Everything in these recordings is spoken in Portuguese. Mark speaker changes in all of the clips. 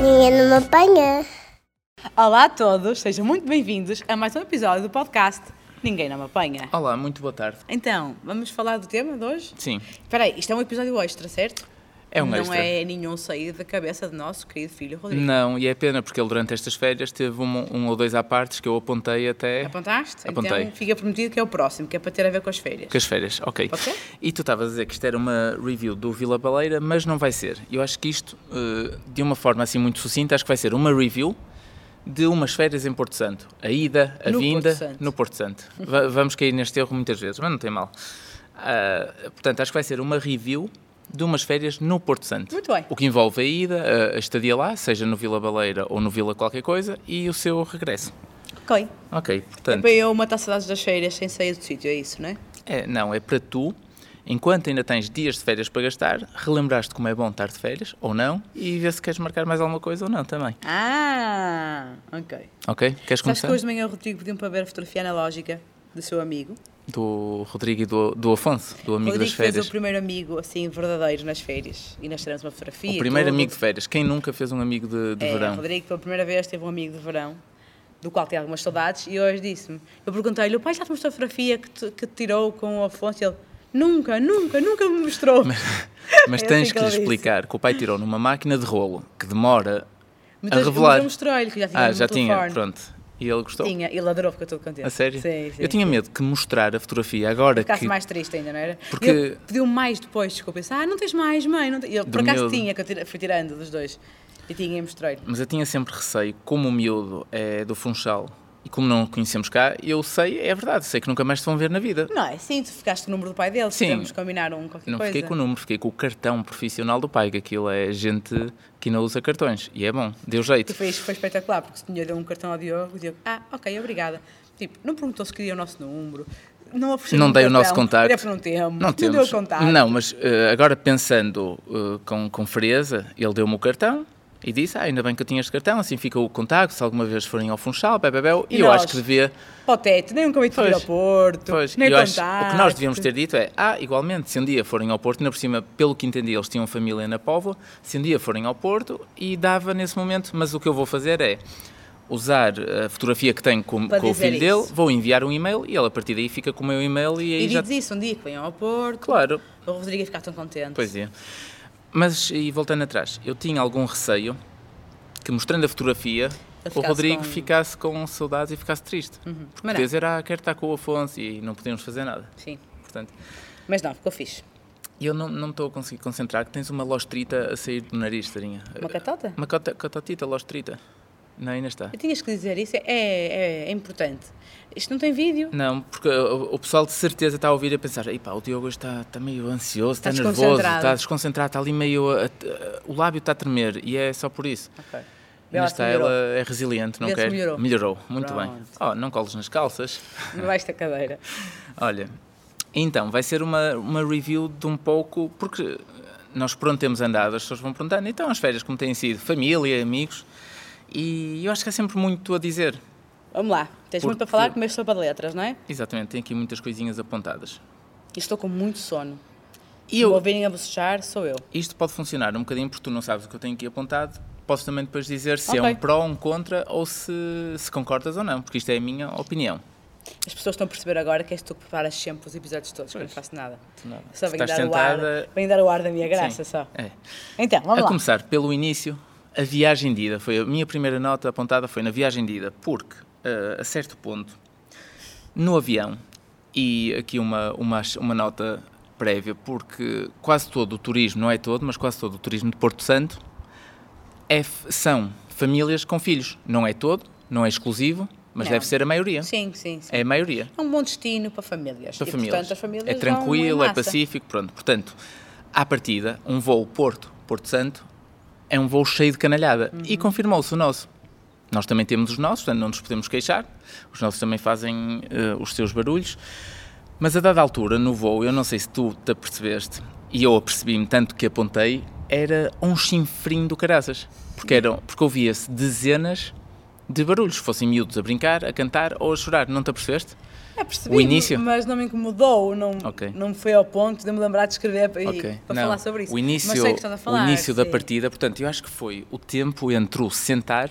Speaker 1: Ninguém não me apanha.
Speaker 2: Olá a todos, sejam muito bem-vindos a mais um episódio do podcast Ninguém Não Me Apanha.
Speaker 3: Olá, muito boa tarde.
Speaker 2: Então, vamos falar do tema de hoje?
Speaker 3: Sim,
Speaker 2: Espera aí, isto é um episódio extra, certo?
Speaker 3: é um
Speaker 2: Não
Speaker 3: extra.
Speaker 2: é nenhum sair da cabeça do nosso querido filho Rodrigo.
Speaker 3: Não, e é pena porque ele durante estas férias teve um, um ou dois à partes que eu apontei até
Speaker 2: Apontaste?
Speaker 3: Apontei.
Speaker 2: Então fica prometido que é o próximo, que é para ter a ver com as férias.
Speaker 3: com as férias, ok.
Speaker 2: Pode ser?
Speaker 3: E tu estavas a dizer que isto era uma review do Vila Baleira, mas não vai ser. Eu acho que isto, eh, de uma forma assim muito sucinta, acho que vai ser uma review de umas férias em Porto Santo. A ida, a
Speaker 2: No
Speaker 3: vinda,
Speaker 2: Porto Santo.
Speaker 3: no Porto Santo. Va- Vamos cair neste erro muitas vezes, mas não tem mal. Ah, portanto, acho que vai ser uma review de umas férias no Porto Santo.
Speaker 2: Muito bem.
Speaker 3: O que envolve a ida, a- a estadia lá, seja no Vila Baleira ou no Vila qualquer coisa, e o seu regresso.
Speaker 2: Ok.
Speaker 3: Ok,
Speaker 2: É
Speaker 3: portanto...
Speaker 2: para eu matar saudades das férias sem sair do sítio, é isso, não é?
Speaker 3: É, não, é para tu, enquanto ainda tens dias de férias para gastar, relembraste como é bom estar de férias, ou não, e ver se queres marcar mais alguma coisa ou não também.
Speaker 2: Ah, ok.
Speaker 3: Ok? Queres
Speaker 2: Sabes
Speaker 3: começar?
Speaker 2: que hoje de manhã o Rodrigo pediu-me para ver a fotografia analógica do seu amigo.
Speaker 3: Do Rodrigo e do, do Afonso, do amigo
Speaker 2: Rodrigo
Speaker 3: das férias.
Speaker 2: fez o primeiro amigo, assim, verdadeiro nas férias. E nós tiramos uma fotografia.
Speaker 3: O
Speaker 2: e
Speaker 3: primeiro
Speaker 2: tudo.
Speaker 3: amigo de férias. Quem nunca fez um amigo de, de
Speaker 2: É,
Speaker 3: verão?
Speaker 2: Rodrigo, pela primeira vez, teve um amigo de verão, do qual tem algumas saudades, e hoje disse-me. Eu perguntei-lhe, o pai já te mostrou a fotografia que, tu- que tirou com o Afonso? E ele, nunca, nunca, nunca me mostrou.
Speaker 3: Mas
Speaker 2: É assim
Speaker 3: tens que
Speaker 2: que
Speaker 3: lhe
Speaker 2: ele disse.
Speaker 3: explicar que o pai tirou numa máquina de rolo, que demora
Speaker 2: Mas
Speaker 3: a
Speaker 2: eu-
Speaker 3: revelar.
Speaker 2: Eu mostrei-lhe que já tinha
Speaker 3: Ah,
Speaker 2: no
Speaker 3: já
Speaker 2: telefone.
Speaker 3: tinha, pronto. E ele gostou?
Speaker 2: Tinha, ele adorou, ficou todo contente.
Speaker 3: A sério?
Speaker 2: Sim, sim.
Speaker 3: Eu tinha medo que mostrar a fotografia agora
Speaker 2: Ficasse
Speaker 3: que
Speaker 2: mais triste ainda, não era?
Speaker 3: Porque-
Speaker 2: E Ele pediu mais depois, desculpa. Eu Disse, ah, não tens mais, mãe. Não te... e Ele, por acaso
Speaker 3: miúdo.
Speaker 2: tinha, que eu tira- fui tirando dos dois. E tinha e mostrei-lhe.
Speaker 3: Mas eu tinha sempre receio, como o miúdo é do Funchal e como não o conhecemos cá, eu sei, é verdade, sei que nunca mais te vão ver na vida.
Speaker 2: Não, é sim, tu ficaste com o número do pai dele,
Speaker 3: Sim.
Speaker 2: podemos combinar um qualquer
Speaker 3: Não
Speaker 2: coisa.
Speaker 3: fiquei com o número, fiquei com o cartão profissional do pai, que aquilo é gente que não usa cartões. E é bom, deu
Speaker 2: Que
Speaker 3: jeito.
Speaker 2: foi, foi espetacular, porque o senhor deu um cartão ao Diogo, o Diogo, ah, ok, obrigada. Tipo, não perguntou se queria o nosso número, não ofereceu
Speaker 3: Não
Speaker 2: um
Speaker 3: dei o
Speaker 2: cartão,
Speaker 3: nosso contacto.
Speaker 2: Olha, não temos,
Speaker 3: Não temos.
Speaker 2: deu o contacto.
Speaker 3: Não, mas eh, agora pensando eh, com, com frieza, ele deu-me o cartão e disse: ah, ainda bem que eu tinha este cartão, assim fica o contacto, se alguma vez forem ao Funchal, bebebel. E,
Speaker 2: E
Speaker 3: eu
Speaker 2: nós?
Speaker 3: acho que devia.
Speaker 2: Para o teto, nem um convite para ir ao
Speaker 3: Pois.
Speaker 2: Porto,
Speaker 3: Pois,
Speaker 2: Então, nem
Speaker 3: eu acho,
Speaker 2: contacto.
Speaker 3: o que nós devíamos ter dito é, ah, igualmente, se um dia forem ao Porto, ainda por cima, pelo que entendi, eles tinham família na Póvoa, se um dia forem ao Porto, e dava nesse momento, mas o que eu vou fazer é usar a fotografia que tenho com,
Speaker 2: Para
Speaker 3: com o
Speaker 2: dizer
Speaker 3: filho dele,
Speaker 2: isso.
Speaker 3: vou enviar um e-mail, e ele a partir daí fica com o meu e-mail, e aí
Speaker 2: E
Speaker 3: já...
Speaker 2: diz isso um dia que venham ao Porto,
Speaker 3: Claro,
Speaker 2: o Rodrigo ia ficar tão contente.
Speaker 3: pois é. Mas, e voltando atrás, eu tinha algum receio que mostrando a fotografia...
Speaker 2: Ele
Speaker 3: O
Speaker 2: ficasse
Speaker 3: Rodrigo
Speaker 2: com- Uhum.
Speaker 3: ficasse com saudades e ficasse triste. Porque
Speaker 2: Mas
Speaker 3: podia
Speaker 2: não.
Speaker 3: dizer, ah, quero estar com o Afonso e não podíamos fazer nada.
Speaker 2: Sim,
Speaker 3: Portanto,
Speaker 2: mas não, ficou fixe.
Speaker 3: E eu não, não me estou a conseguir concentrar, que tens uma lostrita a sair do nariz, Tarinha.
Speaker 2: Uma catota?
Speaker 3: Uma cota- catotita, lostrita. Não, ainda está.
Speaker 2: Eu tinhas que dizer isso, é, é, é importante. Isto não tem vídeo.
Speaker 3: Não, porque o, o pessoal de certeza está a ouvir e a pensar, epá, o Diogo hoje está, está meio ansioso, está,
Speaker 2: Está
Speaker 3: nervoso,
Speaker 2: desconcentrado."
Speaker 3: está desconcentrado, está ali meio... a- a- o lábio está a tremer e é só por isso.
Speaker 2: Ok.
Speaker 3: Ainda
Speaker 2: Ela se
Speaker 3: está,
Speaker 2: melhorou.
Speaker 3: ela é resiliente, não
Speaker 2: Vê-se
Speaker 3: quer?
Speaker 2: melhorou.
Speaker 3: muito bem.
Speaker 2: Pronto.
Speaker 3: Oh, não coles nas calças.
Speaker 2: Debaixo da cadeira.
Speaker 3: Olha, então, vai ser uma, uma review de um pouco, porque nós por onde temos andado, as pessoas vão perguntando, então as férias como têm sido? Família, amigos, e eu acho que há sempre muito a dizer.
Speaker 2: Vamos lá, tens muito para
Speaker 3: Porque-
Speaker 2: falar, começo só para letras, não é?
Speaker 3: Exatamente, tem aqui muitas coisinhas apontadas.
Speaker 2: E estou com muito sono.
Speaker 3: E
Speaker 2: Se me
Speaker 3: eu,
Speaker 2: ouvirem a bocejar, sou eu.
Speaker 3: isto pode funcionar um bocadinho, porque tu não sabes o que eu tenho aqui apontado, posso também depois dizer se é
Speaker 2: Ok.
Speaker 3: um pró, um contra, ou se, se concordas ou não, porque isto é a minha opinião.
Speaker 2: As pessoas estão a perceber agora que és tu que preparas sempre os episódios todos, que eu não faço nada.
Speaker 3: nada.
Speaker 2: Só venho
Speaker 3: Estás
Speaker 2: dar, o ar,
Speaker 3: sentada-
Speaker 2: venho dar o ar da minha graça
Speaker 3: Sim,
Speaker 2: só.
Speaker 3: É.
Speaker 2: Então, vamos
Speaker 3: a
Speaker 2: lá.
Speaker 3: começar pelo início, a viagem de ida. Foi a minha primeira nota apontada foi na viagem de ida, porque eh, a certo ponto, no avião, e aqui uma, uma, ach- uma nota prévia, porque quase todo o turismo, não é todo, mas quase todo o turismo de Porto Santo é f- são famílias com filhos. Não é todo, não é exclusivo, mas
Speaker 2: Não.
Speaker 3: deve ser a maioria.
Speaker 2: Sim, sim, sim.
Speaker 3: É a maioria
Speaker 2: É um bom destino para famílias.
Speaker 3: para
Speaker 2: e,
Speaker 3: famílias.
Speaker 2: portanto, as famílias
Speaker 3: é
Speaker 2: vão em
Speaker 3: tranquilo, é
Speaker 2: massa.
Speaker 3: pacífico, pronto. Portanto, à partida, um voo Porto, Porto Santo, é um voo cheio de canalhada.
Speaker 2: Uhum.
Speaker 3: E confirmou-se o nosso. Nós também temos os nossos, portanto, não nos podemos queixar. Os nossos também fazem eh, os seus barulhos. Mas a dada altura, no voo, eu não sei se tu te apercebeste, e eu apercebi-me tanto que apontei, era um chinfrinho do caraças. Porque, era, porque ouvia-se dezenas de barulhos, fossem miúdos a brincar, a cantar ou a chorar. Não te apercebeste?
Speaker 2: É, percebi,
Speaker 3: O início?
Speaker 2: mas não me incomodou, não,
Speaker 3: Ok.
Speaker 2: não me foi ao ponto de me lembrar de escrever para,
Speaker 3: Ok.
Speaker 2: para
Speaker 3: Não.
Speaker 2: falar sobre isso.
Speaker 3: O início,
Speaker 2: mas sei o que estás a falar.
Speaker 3: o início da
Speaker 2: sim.
Speaker 3: partida, portanto, eu acho que foi o tempo entre o sentar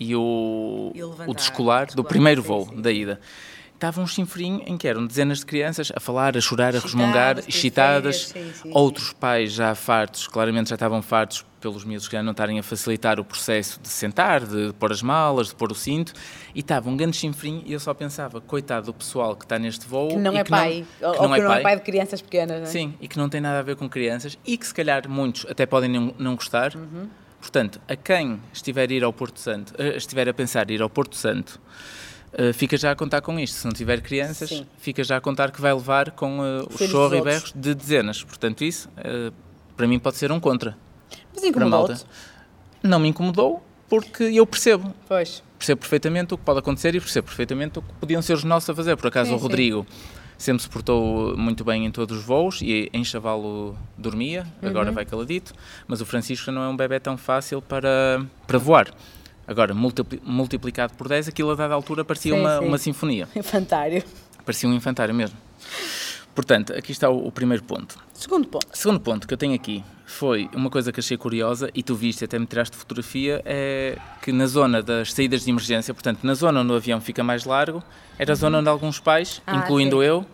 Speaker 3: e o,
Speaker 2: E o levantar,
Speaker 3: o descolar do
Speaker 2: descolar,
Speaker 3: primeiro
Speaker 2: sim,
Speaker 3: voo
Speaker 2: sim.
Speaker 3: da ida. Estava um chinfrinho em que eram dezenas de crianças a falar, a chorar, a
Speaker 2: Excitadas,
Speaker 3: resmungar,
Speaker 2: ter
Speaker 3: excitadas.
Speaker 2: férias, sim, sim,
Speaker 3: Outros pais já fartos, claramente já estavam fartos pelos miúdos que já não estarem a facilitar o processo de sentar, de pôr as malas, de pôr o cinto. E estava um grande chinfrinho e eu só pensava, coitado do pessoal que está neste voo.
Speaker 2: Que não
Speaker 3: e
Speaker 2: é pai, ou que não é pai de crianças pequenas, não é?
Speaker 3: Sim, e que não tem nada a ver com crianças e que se calhar muitos até podem não, não gostar. Portanto, a quem estiver a ir ao Porto Santo, eh, estiver a pensar em ir ao Porto Santo, eh, fica já a contar com isto. Se não tiver crianças,
Speaker 2: Sim.
Speaker 3: fica já a contar que vai levar com eh, o
Speaker 2: Filhos
Speaker 3: chorro
Speaker 2: dos
Speaker 3: e
Speaker 2: outros.
Speaker 3: berros de dezenas. Portanto, isso eh, para mim pode ser um contra
Speaker 2: Mas
Speaker 3: para a
Speaker 2: incomodou
Speaker 3: malta. Não me incomodou porque eu percebo
Speaker 2: Pois.
Speaker 3: percebo perfeitamente o que pode acontecer e percebo perfeitamente o que podiam ser os nossos a fazer. Por acaso,
Speaker 2: Sim,
Speaker 3: o
Speaker 2: sim.
Speaker 3: Rodrigo sempre se portou muito bem em todos os voos e em chavalo dormia, agora
Speaker 2: Uhum.
Speaker 3: vai caladito, mas o Francisco não é um bebê tão fácil para, para voar. Agora, multipli- multiplicado por 10, aquilo a dada altura parecia
Speaker 2: Sim,
Speaker 3: uma,
Speaker 2: sim.
Speaker 3: uma sinfonia,
Speaker 2: Infantário.
Speaker 3: parecia um infantário mesmo. Portanto, aqui está o- o primeiro ponto.
Speaker 2: Segundo ponto.
Speaker 3: Segundo ponto que eu tenho aqui foi uma coisa que achei curiosa e tu viste, até me tiraste fotografia, é que na zona das saídas de emergência, portanto, na zona onde o avião fica mais largo, era a zona onde alguns pais,
Speaker 2: Ah,
Speaker 3: incluindo
Speaker 2: sim.
Speaker 3: eu,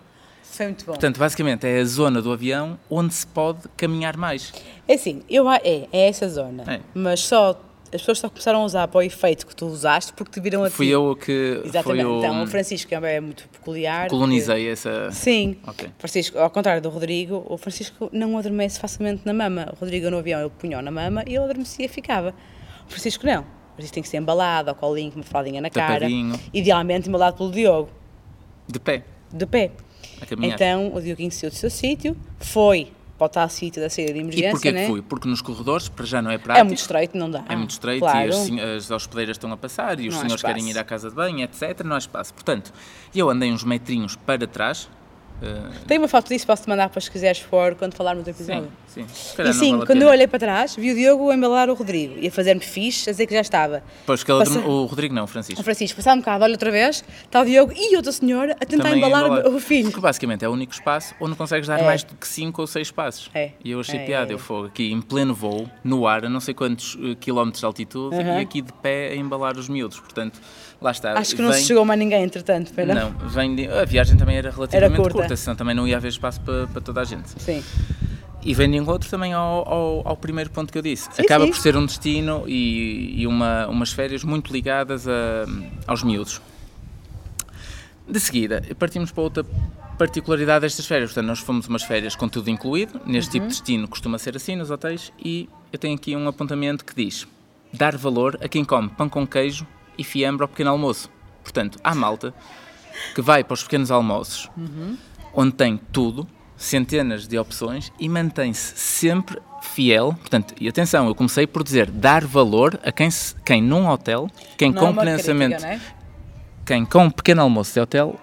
Speaker 2: Foi muito bom.
Speaker 3: portanto, basicamente é a zona do avião onde se pode caminhar mais.
Speaker 2: É assim, eu, a- é, é essa zona.
Speaker 3: É.
Speaker 2: Mas só, as pessoas só começaram a usar para o efeito que tu usaste porque te viram a
Speaker 3: Fui
Speaker 2: ti.
Speaker 3: eu que
Speaker 2: Exatamente.
Speaker 3: foi o,
Speaker 2: Então, o Francisco é um bebé muito peculiar.
Speaker 3: colonizei essa...
Speaker 2: que- Sim.
Speaker 3: Ok.
Speaker 2: Francisco, ao contrário do Rodrigo, o Francisco não adormece facilmente na mama. O Rodrigo no avião ele punhou na mama e ele adormecia e ficava. O Francisco não. O Francisco tem que ser embalado, ao colinho, com uma fraldinha na cara.
Speaker 3: Tapadinho.
Speaker 2: Idealmente embalado pelo Diogo,
Speaker 3: de pé,
Speaker 2: de pé.
Speaker 3: a caminhar.
Speaker 2: Então o Diogo saiu do seu sítio, foi para o tal sítio da saída de emergência.
Speaker 3: e porquê
Speaker 2: né?
Speaker 3: que fui? Porque nos corredores, para já não é prático.
Speaker 2: É muito estreito, não dá.
Speaker 3: É muito estreito
Speaker 2: Claro.
Speaker 3: e as, sen- as hospedeiras estão a passar e os
Speaker 2: Não há
Speaker 3: senhores querem
Speaker 2: espaço.
Speaker 3: ir à casa de banho, etc. Não há espaço. Portanto, eu andei uns metrinhos para trás. eh,
Speaker 2: Tem uma foto disso, posso-te mandar para se quiseres for quando falarmos do
Speaker 3: sim,
Speaker 2: episódio.
Speaker 3: sim. Se
Speaker 2: E
Speaker 3: calhar não
Speaker 2: sim,
Speaker 3: vale a
Speaker 2: quando
Speaker 3: pena.
Speaker 2: eu olhei para trás, vi o Diogo a embalar o Rodrigo e a fazer-me fixe, a dizer que já estava.
Speaker 3: Pois, que ele-
Speaker 2: Passa-
Speaker 3: o Rodrigo não, o
Speaker 2: O
Speaker 3: Francisco.
Speaker 2: Francisco, passava um bocado, olha outra vez, está o Diogo e outra senhora a tentar
Speaker 3: Também
Speaker 2: embalar,
Speaker 3: embalado.
Speaker 2: o filho.
Speaker 3: Porque basicamente é o único espaço onde consegues dar
Speaker 2: É.
Speaker 3: mais do que 5 ou 6 passos.
Speaker 2: É.
Speaker 3: E eu achei
Speaker 2: É, é,
Speaker 3: piada. Eu
Speaker 2: é.
Speaker 3: fogo aqui em pleno voo, no ar, a não sei quantos eh, quilómetros de altitude, e aqui de pé a embalar os miúdos. Portanto, lá está.
Speaker 2: Acho que não
Speaker 3: Vem-
Speaker 2: se chegou mais ninguém, entretanto, foi, não?
Speaker 3: Não, vem de- a viagem também era relativamente
Speaker 2: curta.
Speaker 3: senão também não ia haver espaço para- para toda a gente.
Speaker 2: Sim.
Speaker 3: E vem de encontro também ao, ao, ao primeiro ponto que eu disse. Acaba
Speaker 2: sim.
Speaker 3: por ser um destino e, e uma, umas férias muito ligadas a- aos miúdos. De seguida, partimos para outra particularidade destas férias. Portanto, nós fomos umas férias com tudo incluído. Neste
Speaker 2: Uhum.
Speaker 3: tipo de destino costuma ser assim nos hotéis. E eu tenho aqui um apontamento que diz: dar valor a quem come pão com queijo e fiambre ao pequeno almoço. Portanto, há malta que vai para os pequenos almoços, onde tem tudo, centenas de opções e mantém-se sempre fiel. Portanto, e atenção, eu comecei por dizer dar valor a quem, se- quem num hotel, quem
Speaker 2: Não é uma
Speaker 3: compensamente
Speaker 2: crítica, não é?
Speaker 3: quem com um pequeno almoço de hotel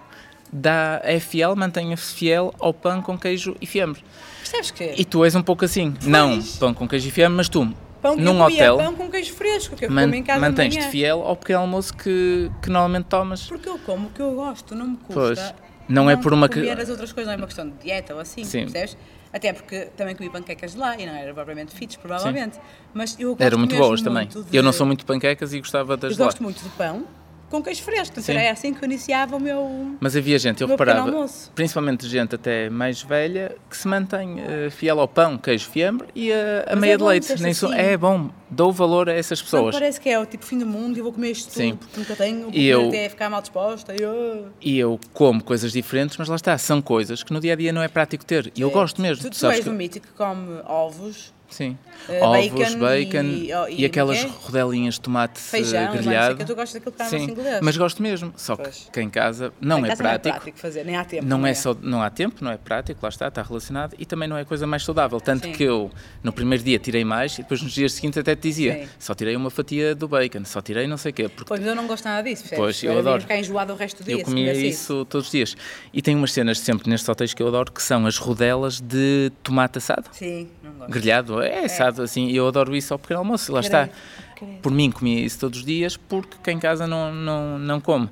Speaker 3: dá, é fiel, mantenha-se fiel ao pão com queijo e fiambre.
Speaker 2: Percebes que?
Speaker 3: E tu és um pouco assim. Não pão com queijo e fiambre, mas tu,
Speaker 2: pão que eu
Speaker 3: num
Speaker 2: comia,
Speaker 3: hotel,
Speaker 2: pão com queijo fresco, que eu
Speaker 3: man-
Speaker 2: como em casa de
Speaker 3: mantens-te
Speaker 2: manhã.
Speaker 3: fiel ao pequeno almoço que, que normalmente tomas.
Speaker 2: Porque eu como o que eu gosto, não me custa.
Speaker 3: Pois. Não é por uma que-
Speaker 2: comer as outras coisas, não é uma questão de dieta ou assim,
Speaker 3: Sim.
Speaker 2: percebes? Até porque também comi panquecas de lá e não era propriamente fites, provavelmente. Mas eu gosto
Speaker 3: Eram muito
Speaker 2: mesmo
Speaker 3: boas também.
Speaker 2: muito de-
Speaker 3: Eu não sou muito de panquecas e gostava das
Speaker 2: Eu
Speaker 3: de lá.
Speaker 2: gosto muito de pão com queijo fresco.
Speaker 3: Sim.
Speaker 2: Então era assim que eu iniciava o meu.
Speaker 3: Mas havia gente, eu
Speaker 2: No pequeno
Speaker 3: reparava,
Speaker 2: almoço.
Speaker 3: principalmente gente até mais velha, que se mantém eh, fiel ao pão, queijo, fiambre e eh, a
Speaker 2: Mas
Speaker 3: meia
Speaker 2: é
Speaker 3: de
Speaker 2: bom
Speaker 3: leite.
Speaker 2: disseste
Speaker 3: Nem sou-
Speaker 2: assim.
Speaker 3: É bom, dou valor a essas
Speaker 2: Não
Speaker 3: pessoas.
Speaker 2: parece que é o tipo fim do mundo, eu vou comer isto
Speaker 3: Sim.
Speaker 2: tudo, nunca tenho,
Speaker 3: E
Speaker 2: e
Speaker 3: eu-
Speaker 2: eu até ficar mal disposta. e eu-
Speaker 3: e eu como coisas diferentes, mas lá está, são coisas que no dia a dia não é prático ter. E eu gosto mesmo.
Speaker 2: Tu,
Speaker 3: tu
Speaker 2: tu
Speaker 3: sabes
Speaker 2: és
Speaker 3: que-
Speaker 2: um mítico que come ovos,
Speaker 3: Sim.
Speaker 2: eh,
Speaker 3: Ovos,
Speaker 2: bacon
Speaker 3: bacon
Speaker 2: e-
Speaker 3: e,
Speaker 2: oh, e
Speaker 3: aquelas
Speaker 2: o quê?
Speaker 3: rodelinhas de tomate eh,
Speaker 2: feijão, mas não sei o quê,
Speaker 3: grelhado.
Speaker 2: tu gostas daquilo que está no
Speaker 3: Sim,
Speaker 2: inglês.
Speaker 3: mas gosto mesmo. Só que,
Speaker 2: Pois.
Speaker 3: que em casa não
Speaker 2: Em
Speaker 3: é
Speaker 2: casa
Speaker 3: prático.
Speaker 2: Não é prático fazer, nem há tempo.
Speaker 3: Não é
Speaker 2: é?
Speaker 3: só, não há tempo, não é prático, lá está, está relacionado e também não é a coisa mais saudável. Tanto
Speaker 2: Sim.
Speaker 3: que eu, no primeiro dia, tirei mais e depois nos dias seguintes até te dizia:
Speaker 2: Sim.
Speaker 3: só tirei uma fatia do bacon, só tirei não sei o quê, porque
Speaker 2: Pois, mas eu não gosto nada disso, percebes?
Speaker 3: Pois, eu
Speaker 2: Era
Speaker 3: adoro.
Speaker 2: mesmo ficar enjoado o resto do dia. é assim.
Speaker 3: Eu
Speaker 2: se
Speaker 3: comia
Speaker 2: comesse
Speaker 3: isso todos os dias. E tem umas cenas sempre nestes hotéis que eu adoro que são as rodelas de tomate assado,
Speaker 2: Sim, não gosto.
Speaker 3: grelhado, é assado assim, e eu adoro isso ao pequeno almoço, lá está.
Speaker 2: É. Credo.
Speaker 3: Por mim comia isso todos os dias, porque cá em casa não, não, não como.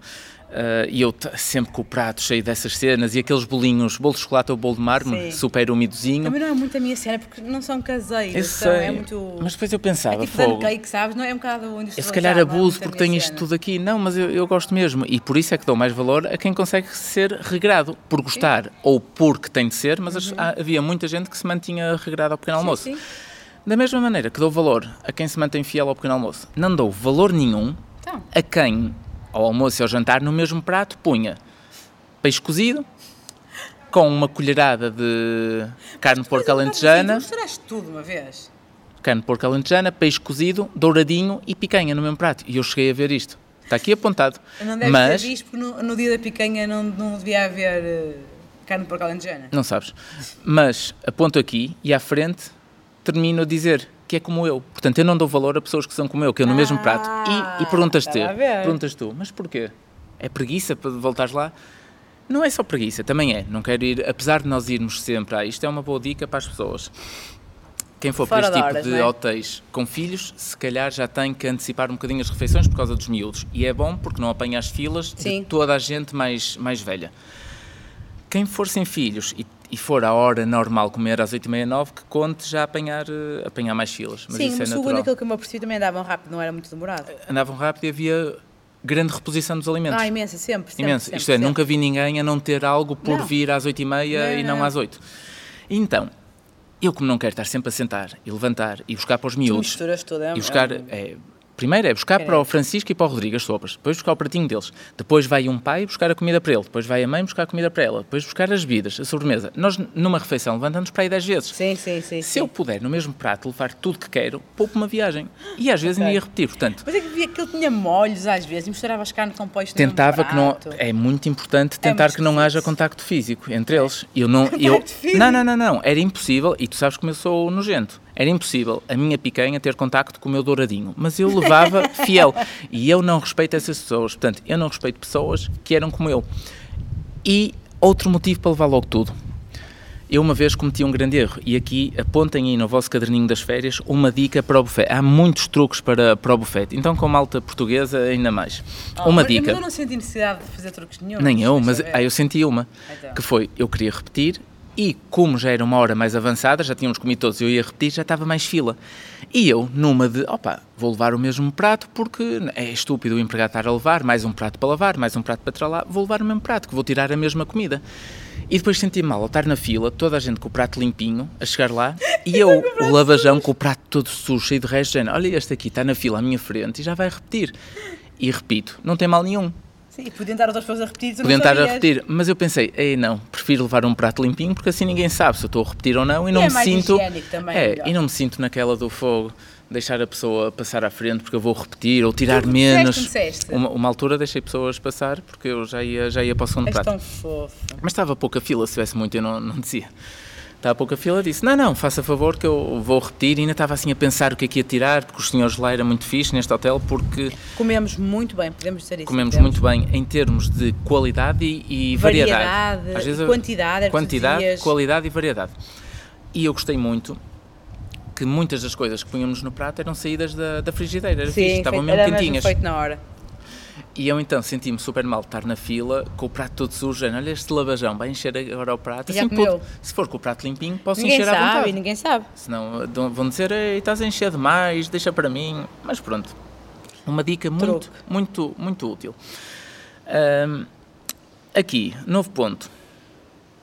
Speaker 3: Ah, e eu t- sempre com o prato cheio dessas cenas e aqueles bolinhos, bolo de chocolate ou bolo de mármore,
Speaker 2: Sim.
Speaker 3: super umidozinho.
Speaker 2: Também não é muito a minha cena, porque não são caseiros.
Speaker 3: Eu
Speaker 2: então
Speaker 3: sei,
Speaker 2: É muito.
Speaker 3: mas depois eu pensava,
Speaker 2: é tipo
Speaker 3: fogo.
Speaker 2: pancake, sabes? Não é um bocado industrializado.
Speaker 3: Eu se calhar
Speaker 2: não é muito
Speaker 3: abuso
Speaker 2: a
Speaker 3: porque
Speaker 2: minha
Speaker 3: tenho isto
Speaker 2: cena.
Speaker 3: tudo aqui. Não, mas eu, eu gosto mesmo. E por isso é que dou mais valor a quem consegue ser regrado. Por gostar ou porque tem de ser, mas as- há- havia muita gente que se mantinha regrado ao pequeno almoço.
Speaker 2: Uhum. Sim, sim.
Speaker 3: Da mesma maneira que dou valor a quem se mantém fiel ao pequeno almoço, não dou valor nenhum
Speaker 2: Então.
Speaker 3: a quem, ao almoço e ao jantar, no mesmo prato punha peixe cozido com uma colherada de carne de porco alentejana.
Speaker 2: Tu misturaste então tudo uma vez.
Speaker 3: Carne de porco alentejana, peixe cozido, douradinho e picanha no mesmo prato. E eu cheguei a ver isto. Está aqui apontado.
Speaker 2: Não deve
Speaker 3: Mas,
Speaker 2: ser isto, porque no, no dia da picanha não, não devia haver eh, carne para alentejana.
Speaker 3: não sabes. Mas aponto aqui e à frente termino a dizer que é como eu. Portanto, eu não dou valor a pessoas que são como eu, que eu no mesmo
Speaker 2: Ah,
Speaker 3: prato. E, e perguntas-te,
Speaker 2: estava a ver.
Speaker 3: perguntas tu, mas porquê? É preguiça para voltares lá? Não é só preguiça, também é. Não quero ir, apesar de nós irmos sempre a isto, é uma boa dica para as pessoas. Quem for
Speaker 2: Fora
Speaker 3: para este
Speaker 2: de
Speaker 3: tipo
Speaker 2: horas,
Speaker 3: de
Speaker 2: não é?
Speaker 3: hotéis com filhos, se calhar já tem que antecipar um bocadinho as refeições por causa dos miúdos. E é bom porque não apanha as filas
Speaker 2: Sim.
Speaker 3: de toda a gente mais, mais velha. Quem for sem filhos e, e for à hora normal comer às 8h30, 9 que conte já apanhar, eh, apanhar mais filas. Mas
Speaker 2: Sim,
Speaker 3: isso é
Speaker 2: mas o
Speaker 3: natural.
Speaker 2: naquilo que eu me apercebi também andavam rápido, não era muito demorado.
Speaker 3: Andavam rápido e havia grande reposição dos alimentos.
Speaker 2: Ah, imensa, sempre. sempre
Speaker 3: Imenso.
Speaker 2: sempre,
Speaker 3: Isto é,
Speaker 2: sempre.
Speaker 3: nunca vi ninguém a não ter algo por
Speaker 2: Não.
Speaker 3: vir às 8h30 e,
Speaker 2: Não,
Speaker 3: não,
Speaker 2: não, não.
Speaker 3: às 8 Então, eu como não quero estar sempre a sentar e levantar e buscar para os
Speaker 2: Tu
Speaker 3: miúdos,
Speaker 2: misturas tudo, é um-
Speaker 3: e buscar.
Speaker 2: é um-
Speaker 3: é, primeiro é buscar para o Francisco e para o Rodrigo as sopas, depois buscar o pratinho deles, depois vai um pai buscar a comida para ele, depois vai a mãe buscar a comida para ela, depois buscar as bebidas, a sobremesa. Nós, numa refeição, levantamos para aí 10 vezes.
Speaker 2: Sim, sim, sim.
Speaker 3: Se
Speaker 2: sim.
Speaker 3: eu puder, no mesmo prato, levar tudo que quero, poupo uma viagem. E às vezes
Speaker 2: Ok.
Speaker 3: ainda ia repetir. Portanto,
Speaker 2: Mas é que via que ele tinha molhos às vezes e misturava as carne com peixe no mesmo
Speaker 3: tentava que não.
Speaker 2: prato.
Speaker 3: É muito importante tentar
Speaker 2: muito é
Speaker 3: que não haja
Speaker 2: esquisito.
Speaker 3: contacto físico entre eles. Eu não. Eu,
Speaker 2: físico?
Speaker 3: não, não, não, não. Era impossível, e tu sabes como eu sou nojento. Era impossível a minha picanha ter contacto com o meu douradinho. Mas eu levava fiel. E eu não respeito essas pessoas. Portanto, eu não respeito pessoas que eram como eu. E outro motivo para levar logo tudo. Eu uma vez cometi um grande erro e aqui apontem aí no vosso caderninho das férias uma dica para o buffet. Há muitos truques para, para o buffet, então com malta portuguesa ainda mais.
Speaker 2: Oh,
Speaker 3: uma
Speaker 2: mas-
Speaker 3: dica.
Speaker 2: Mas eu não senti necessidade de fazer truques nenhum.
Speaker 3: Nem eu, mas
Speaker 2: Deixa
Speaker 3: ah,
Speaker 2: ver.
Speaker 3: eu senti uma,
Speaker 2: Então.
Speaker 3: que foi, eu queria repetir e como já era uma hora mais avançada, já tínhamos comido todos e eu ia repetir, já estava mais fila. E eu, numa de, opa, vou levar o mesmo prato porque é estúpido o empregado estar a levar, mais um prato para lavar, mais um prato para tralar, vou levar o mesmo prato, que vou tirar a mesma comida. E depois senti mal ao estar na fila, toda a gente com o prato limpinho, a chegar lá, e eu, o lavajão, com o prato todo sujo, cheio de resto, de género, olha este aqui, está na fila à minha frente e já vai repetir. E repito, não tem mal nenhum,
Speaker 2: Sim, e podiam estar outras pessoas a repetir. tu não
Speaker 3: Podiam estar a
Speaker 2: sabias.
Speaker 3: repetir, mas eu pensei, ei não, prefiro levar um prato limpinho porque assim ninguém sabe se eu estou a repetir ou não e não
Speaker 2: é
Speaker 3: me
Speaker 2: mais
Speaker 3: sinto.
Speaker 2: higiênico também,
Speaker 3: é,
Speaker 2: melhor.
Speaker 3: e não me sinto naquela do fogo, deixar a pessoa passar à frente porque eu vou repetir ou tirar
Speaker 2: Tu disseste,
Speaker 3: menos.
Speaker 2: disseste.
Speaker 3: Uma, uma altura deixei pessoas passar porque eu já ia, já ia para o segundo
Speaker 2: És
Speaker 3: prato.
Speaker 2: tão fofo.
Speaker 3: Mas estava pouca fila, se tivesse muito eu não, não dizia. Estava pouca fila, disse, não, não, faça favor que eu vou repetir. E ainda estava assim a pensar o que é que ia tirar, porque os senhores lá era muito fixe neste hotel porque
Speaker 2: Comemos muito bem, podemos dizer isso.
Speaker 3: comemos
Speaker 2: podemos.
Speaker 3: muito bem em termos de qualidade e, e variedade.
Speaker 2: Variedade,
Speaker 3: a-
Speaker 2: quantidade, era o que tu
Speaker 3: quantidade,
Speaker 2: dizias.
Speaker 3: qualidade e variedade. E eu gostei muito que muitas das coisas que punhamos no prato eram saídas da, da frigideira, era fixe,
Speaker 2: Sim,
Speaker 3: estavam
Speaker 2: feito-
Speaker 3: mesmo
Speaker 2: era
Speaker 3: quentinhas.
Speaker 2: feito na hora.
Speaker 3: E eu então senti-me super mal de estar na fila com o prato todo sujo, olha este lavajão, vai encher agora o prato.
Speaker 2: Já
Speaker 3: Assim,
Speaker 2: comeu?
Speaker 3: puto, se for com o prato limpinho, posso
Speaker 2: Ninguém
Speaker 3: encher à vontade.
Speaker 2: sabe, ninguém sabe.
Speaker 3: Senão eh, dão- vão dizer, Ei, estás a encher demais, deixa para mim. Mas pronto, uma dica muito,
Speaker 2: Truque.
Speaker 3: muito, muito útil. Ahm, aqui, novo ponto.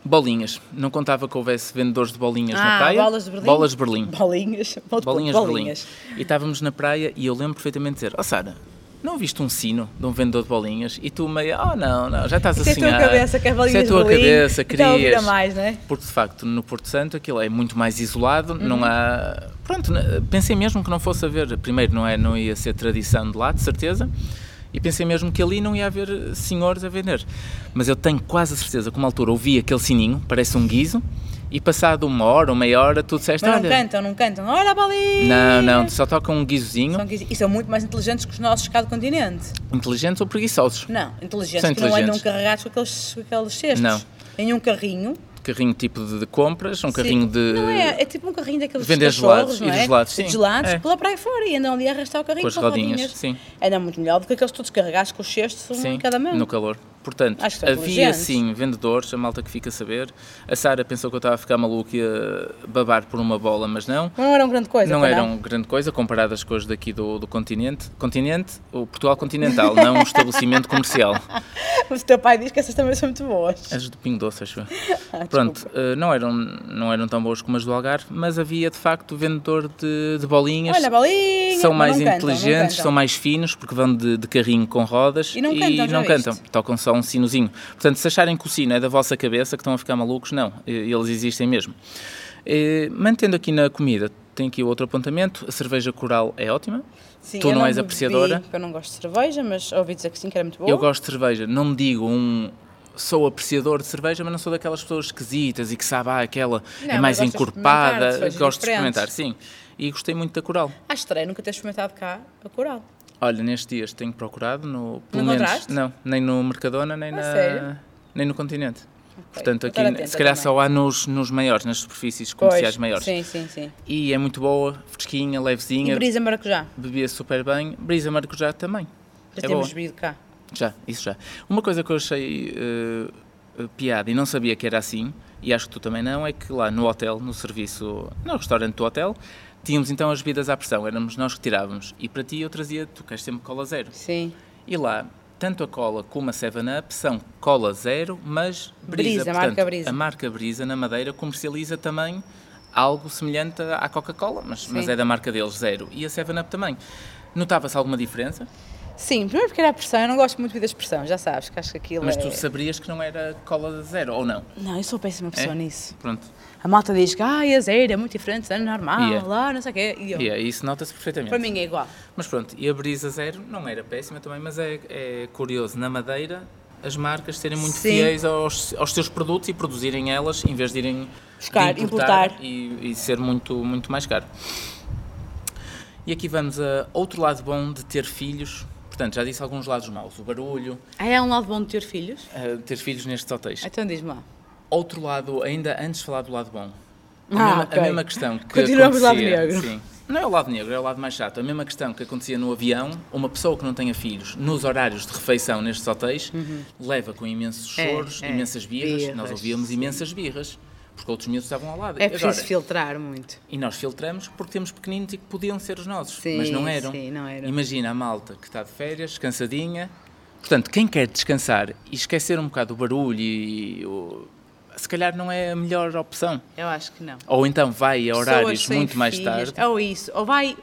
Speaker 3: Bolinhas. Não contava que houvesse vendedores de bolinhas na
Speaker 2: Ah,
Speaker 3: praia.
Speaker 2: bolas de Berlim?
Speaker 3: Bolas de Berlim.
Speaker 2: Bolinhas. outro ponto,
Speaker 3: Bolinhas de Berlim. E estávamos na praia e eu lembro perfeitamente de dizer, oh Sara, não viste um sino de um vendedor de bolinhas? E tu meio, oh não, não, já estás
Speaker 2: Isso é a
Speaker 3: assim
Speaker 2: tua cabeça, que é
Speaker 3: Isso
Speaker 2: bolinhas
Speaker 3: é a tua
Speaker 2: de Berlim.
Speaker 3: cabeça,
Speaker 2: Então, vira
Speaker 3: querias.
Speaker 2: mais, não é?
Speaker 3: Porque de facto no Porto Santo aquilo é muito mais isolado,
Speaker 2: Uhum.
Speaker 3: não há. Pronto, n- pensei mesmo que não fosse haver. Primeiro, não, é, não ia ser tradição de lá, de certeza. E pensei mesmo que ali não ia haver eh, senhores a vender. Mas eu tenho quase a certeza que uma altura ouvi aquele sininho, parece um guiso, e passado uma hora ou meia hora tu disseste:
Speaker 2: Mas não
Speaker 3: Olha.
Speaker 2: cantam, não cantam. Olha a bolinha!
Speaker 3: Não, não, só toca um guisozinho,
Speaker 2: São quinze- E são muito mais inteligentes que os nossos cá do continente.
Speaker 3: inteligentes ou preguiços.
Speaker 2: Não, inteligentes,
Speaker 3: São
Speaker 2: que não andam
Speaker 3: inteligentes.
Speaker 2: carregados com aqueles, com aqueles cestos.
Speaker 3: Não.
Speaker 2: Em um carrinho,
Speaker 3: carrinho tipo de, de compras, um carrinho de.
Speaker 2: Não é, é tipo um carrinho daqueles
Speaker 3: Vender
Speaker 2: dos cachorros,
Speaker 3: gelados,
Speaker 2: não
Speaker 3: ir
Speaker 2: é?
Speaker 3: gelados, sim.
Speaker 2: De gelados,
Speaker 3: É.
Speaker 2: pela praia fora e andam ali a arrastar o carrinho
Speaker 3: Com as rodinhas, sim.
Speaker 2: Era É muito melhor do que aqueles todos carregados com os cestos um
Speaker 3: Sim,
Speaker 2: em cada mão.
Speaker 3: no calor. Portanto,
Speaker 2: Acho que é
Speaker 3: havia
Speaker 2: inteligente.
Speaker 3: sim vendedores, a malta que fica a saber. A Sara pensou que eu estava a ficar maluco e a babar por uma bola, mas não.
Speaker 2: Não eram grande coisa,
Speaker 3: não
Speaker 2: pois
Speaker 3: eram grande coisa comparadas com as daqui do, do continente. Continente, o Portugal continental, não um estabelecimento comercial.
Speaker 2: Mas o teu pai diz que essas também são muito boas.
Speaker 3: As do Pingo Doce, acho eu.
Speaker 2: Ah,
Speaker 3: Pronto, eh, não eram, não eram tão boas como as do Algarve, mas havia de facto vendedor de, de bolinhas.
Speaker 2: Olha, bolinha!
Speaker 3: são
Speaker 2: mas
Speaker 3: mais
Speaker 2: não cantam, não
Speaker 3: inteligentes,
Speaker 2: cantam.
Speaker 3: são mais finos, porque vão de, de carrinho com rodas
Speaker 2: E não cantam, já
Speaker 3: não
Speaker 2: viste?
Speaker 3: cantam, tocam só um sinozinho. Portanto, se acharem que o sino é da vossa cabeça, que estão a ficar malucos, não, eh, eles existem mesmo. Eh, Mantendo aqui na comida, tem aqui outro apontamento, a cerveja coral é ótima,
Speaker 2: Sim,
Speaker 3: tu
Speaker 2: eu
Speaker 3: não és
Speaker 2: bebi,
Speaker 3: apreciadora?
Speaker 2: porque Eu não gosto de cerveja, mas ouvi dizer que sim, que era muito boa.
Speaker 3: eu gosto de cerveja, não me digo um... Sou apreciador de cerveja, mas não sou daquelas pessoas esquisitas e que sabe, ah, aquela
Speaker 2: Não,
Speaker 3: é
Speaker 2: mas gostas
Speaker 3: mais
Speaker 2: de experimentar, de
Speaker 3: encorpada.
Speaker 2: cervejas
Speaker 3: Gosto de
Speaker 2: diferentes.
Speaker 3: experimentar, sim. E gostei muito da coral.
Speaker 2: Ah, estranho, nunca ter experimentado cá a coral.
Speaker 3: Olha, nestes dias tenho procurado no. Pelo
Speaker 2: Não
Speaker 3: menos,
Speaker 2: encontraste?
Speaker 3: Não, nem no Mercadona, nem,
Speaker 2: A
Speaker 3: na,
Speaker 2: sério?
Speaker 3: nem no continente.
Speaker 2: vou
Speaker 3: Portanto,
Speaker 2: estar
Speaker 3: aqui
Speaker 2: atenta
Speaker 3: se calhar
Speaker 2: também.
Speaker 3: só há nos, nos maiores, nas superfícies comerciais
Speaker 2: Pois,
Speaker 3: maiores.
Speaker 2: Sim, sim, sim.
Speaker 3: E é muito boa, fresquinha,
Speaker 2: E
Speaker 3: levezinha,
Speaker 2: brisa maracujá.
Speaker 3: bebia super bem. Brisa maracujá também.
Speaker 2: Já
Speaker 3: é boa.
Speaker 2: temos bebido cá.
Speaker 3: Já, isso já. Uma coisa que eu achei eh, piada e não sabia que era assim, e acho que tu também não, é que lá no hotel, no serviço, no restaurante do hotel, tínhamos então as bebidas à pressão, éramos nós que tirávamos. E para ti eu trazia, tu queres sempre cola zero.
Speaker 2: Sim.
Speaker 3: E lá, tanto a cola como a 7-Up são cola zero, mas
Speaker 2: Brisa,
Speaker 3: brisa. Portanto,
Speaker 2: marca Brisa.
Speaker 3: A marca Brisa, na Madeira, comercializa também algo semelhante à Coca-Cola, mas, mas é da marca deles, zero. E a 7-Up também. Notava-se alguma diferença,
Speaker 2: Sim, primeiro porque era a pressão, eu não gosto muito de bebidas de pressão, já sabes, que acho que aquilo
Speaker 3: mas
Speaker 2: é...
Speaker 3: tu saberias que não era cola zero, ou não?
Speaker 2: Não, eu sou péssima
Speaker 3: É?
Speaker 2: pessoa nisso.
Speaker 3: Pronto.
Speaker 2: A malta diz que, ai, a zero é muito diferente, é normal,
Speaker 3: E é.
Speaker 2: lá, não sei o quê. E eu,
Speaker 3: E é, isso nota-se
Speaker 2: para
Speaker 3: perfeitamente.
Speaker 2: mim é igual.
Speaker 3: Mas pronto, e a Brisa Zero não era péssima também, mas é, é curioso, na Madeira, as marcas serem muito
Speaker 2: Sim.
Speaker 3: fiéis aos, aos seus produtos e produzirem elas, em vez de irem
Speaker 2: Buscar,
Speaker 3: de importar,
Speaker 2: importar.
Speaker 3: E, e ser muito, muito mais caro. E aqui vamos a outro lado bom de ter filhos. Portanto, já disse alguns lados maus, o barulho,
Speaker 2: Ah, é um lado bom de ter filhos?
Speaker 3: eh, ter filhos nestes hotéis.
Speaker 2: Então diz-me lá.
Speaker 3: Outro lado, ainda antes de falar do lado bom, a,
Speaker 2: Ah,
Speaker 3: mesma, a
Speaker 2: ok.
Speaker 3: mesma questão que
Speaker 2: Continuamos do lado
Speaker 3: acontecia-
Speaker 2: negro.
Speaker 3: Sim. Não é o lado negro, é o lado mais chato. A mesma questão que acontecia no avião, uma pessoa que não tenha filhos, nos horários de refeição nestes hotéis, leva com imensos
Speaker 2: Uhum. É,
Speaker 3: choros,
Speaker 2: é.
Speaker 3: imensas birras.
Speaker 2: Birras,
Speaker 3: Nós ouvíamos imensas birras, porque outros miúdos estavam ao lado.
Speaker 2: É preciso
Speaker 3: Agora,
Speaker 2: filtrar muito.
Speaker 3: e nós filtramos porque temos pequeninos e que podiam ser os nossos,
Speaker 2: Sim,
Speaker 3: mas não eram.
Speaker 2: sim, não eram.
Speaker 3: Imagina a malta que está de férias, cansadinha. Portanto, quem quer descansar e esquecer um bocado o barulho e o- se calhar não é a melhor opção.
Speaker 2: Eu acho que não.
Speaker 3: Ou então vai a horários
Speaker 2: Pessoas sem
Speaker 3: muito mais
Speaker 2: filhos,
Speaker 3: tarde,
Speaker 2: Ou isso, ou vai...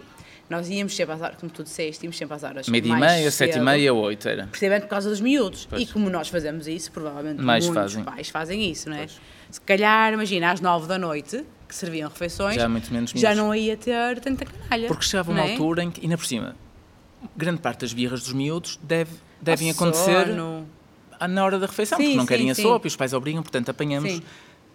Speaker 2: Nós íamos sempre às horas, como tu disseste, íamos sempre às horas
Speaker 3: meia e
Speaker 2: mais
Speaker 3: meia, sete e
Speaker 2: cedo.
Speaker 3: meia, oito, era.
Speaker 2: precisamente por causa dos miúdos. E como nós fazemos isso, provavelmente
Speaker 3: Mais
Speaker 2: muitos
Speaker 3: fazem.
Speaker 2: pais fazem isso, não é?
Speaker 3: Pois.
Speaker 2: Se calhar, imagina, às nove da noite, que serviam refeições,
Speaker 3: Já há muito menos
Speaker 2: já
Speaker 3: miúdos.
Speaker 2: não ia ter tanta canalha.
Speaker 3: Porque chegava uma
Speaker 2: não é?
Speaker 3: altura em que, ainda por cima, grande parte das birras dos miúdos deve, devem
Speaker 2: Ao
Speaker 3: acontecer
Speaker 2: sono.
Speaker 3: à- na hora da refeição,
Speaker 2: Sim,
Speaker 3: porque não
Speaker 2: sim,
Speaker 3: querem a
Speaker 2: sim.
Speaker 3: sopa e os pais obrigam, portanto apanhamos
Speaker 2: Sim.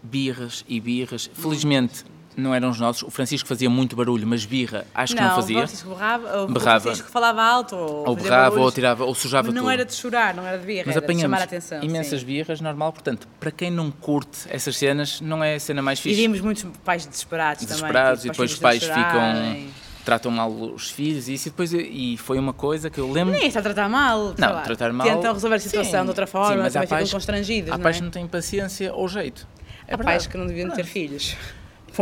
Speaker 3: birras e birras. Felizmente não eram os nossos, o Francisco fazia muito barulho, mas birra acho que não
Speaker 2: Não, o
Speaker 3: fazia.
Speaker 2: Francisco berrava, ou o
Speaker 3: Berrava.
Speaker 2: Francisco falava alto, ou,
Speaker 3: Ou
Speaker 2: fazia
Speaker 3: berrava, ou
Speaker 2: barulhos,
Speaker 3: atirava, ou sujava
Speaker 2: mas não
Speaker 3: tudo.
Speaker 2: era de chorar, não era de birra,
Speaker 3: mas
Speaker 2: era de
Speaker 3: apanhamos
Speaker 2: chamar a atenção. sim.
Speaker 3: imensas birras, normal, portanto, para quem não curte essas cenas, não é a cena mais
Speaker 2: E
Speaker 3: fixe.
Speaker 2: vimos muitos pais desesperados,
Speaker 3: desesperados
Speaker 2: também. tipo,
Speaker 3: e depois os pais
Speaker 2: filhos a
Speaker 3: ficam
Speaker 2: chorarem.
Speaker 3: tratam mal os filhos e isso e depois e foi uma coisa que eu lembro
Speaker 2: Nem está a tratar mal, sei
Speaker 3: não
Speaker 2: lá,
Speaker 3: tratar mal
Speaker 2: Tentam resolver a situação
Speaker 3: sim,
Speaker 2: de outra forma,
Speaker 3: sim, mas há
Speaker 2: também ficam
Speaker 3: pais-
Speaker 2: constrangidos.
Speaker 3: há
Speaker 2: não
Speaker 3: pais
Speaker 2: é?
Speaker 3: que não têm paciência ou jeito É
Speaker 2: Há pais
Speaker 3: verdade.
Speaker 2: que não deviam ter filhos.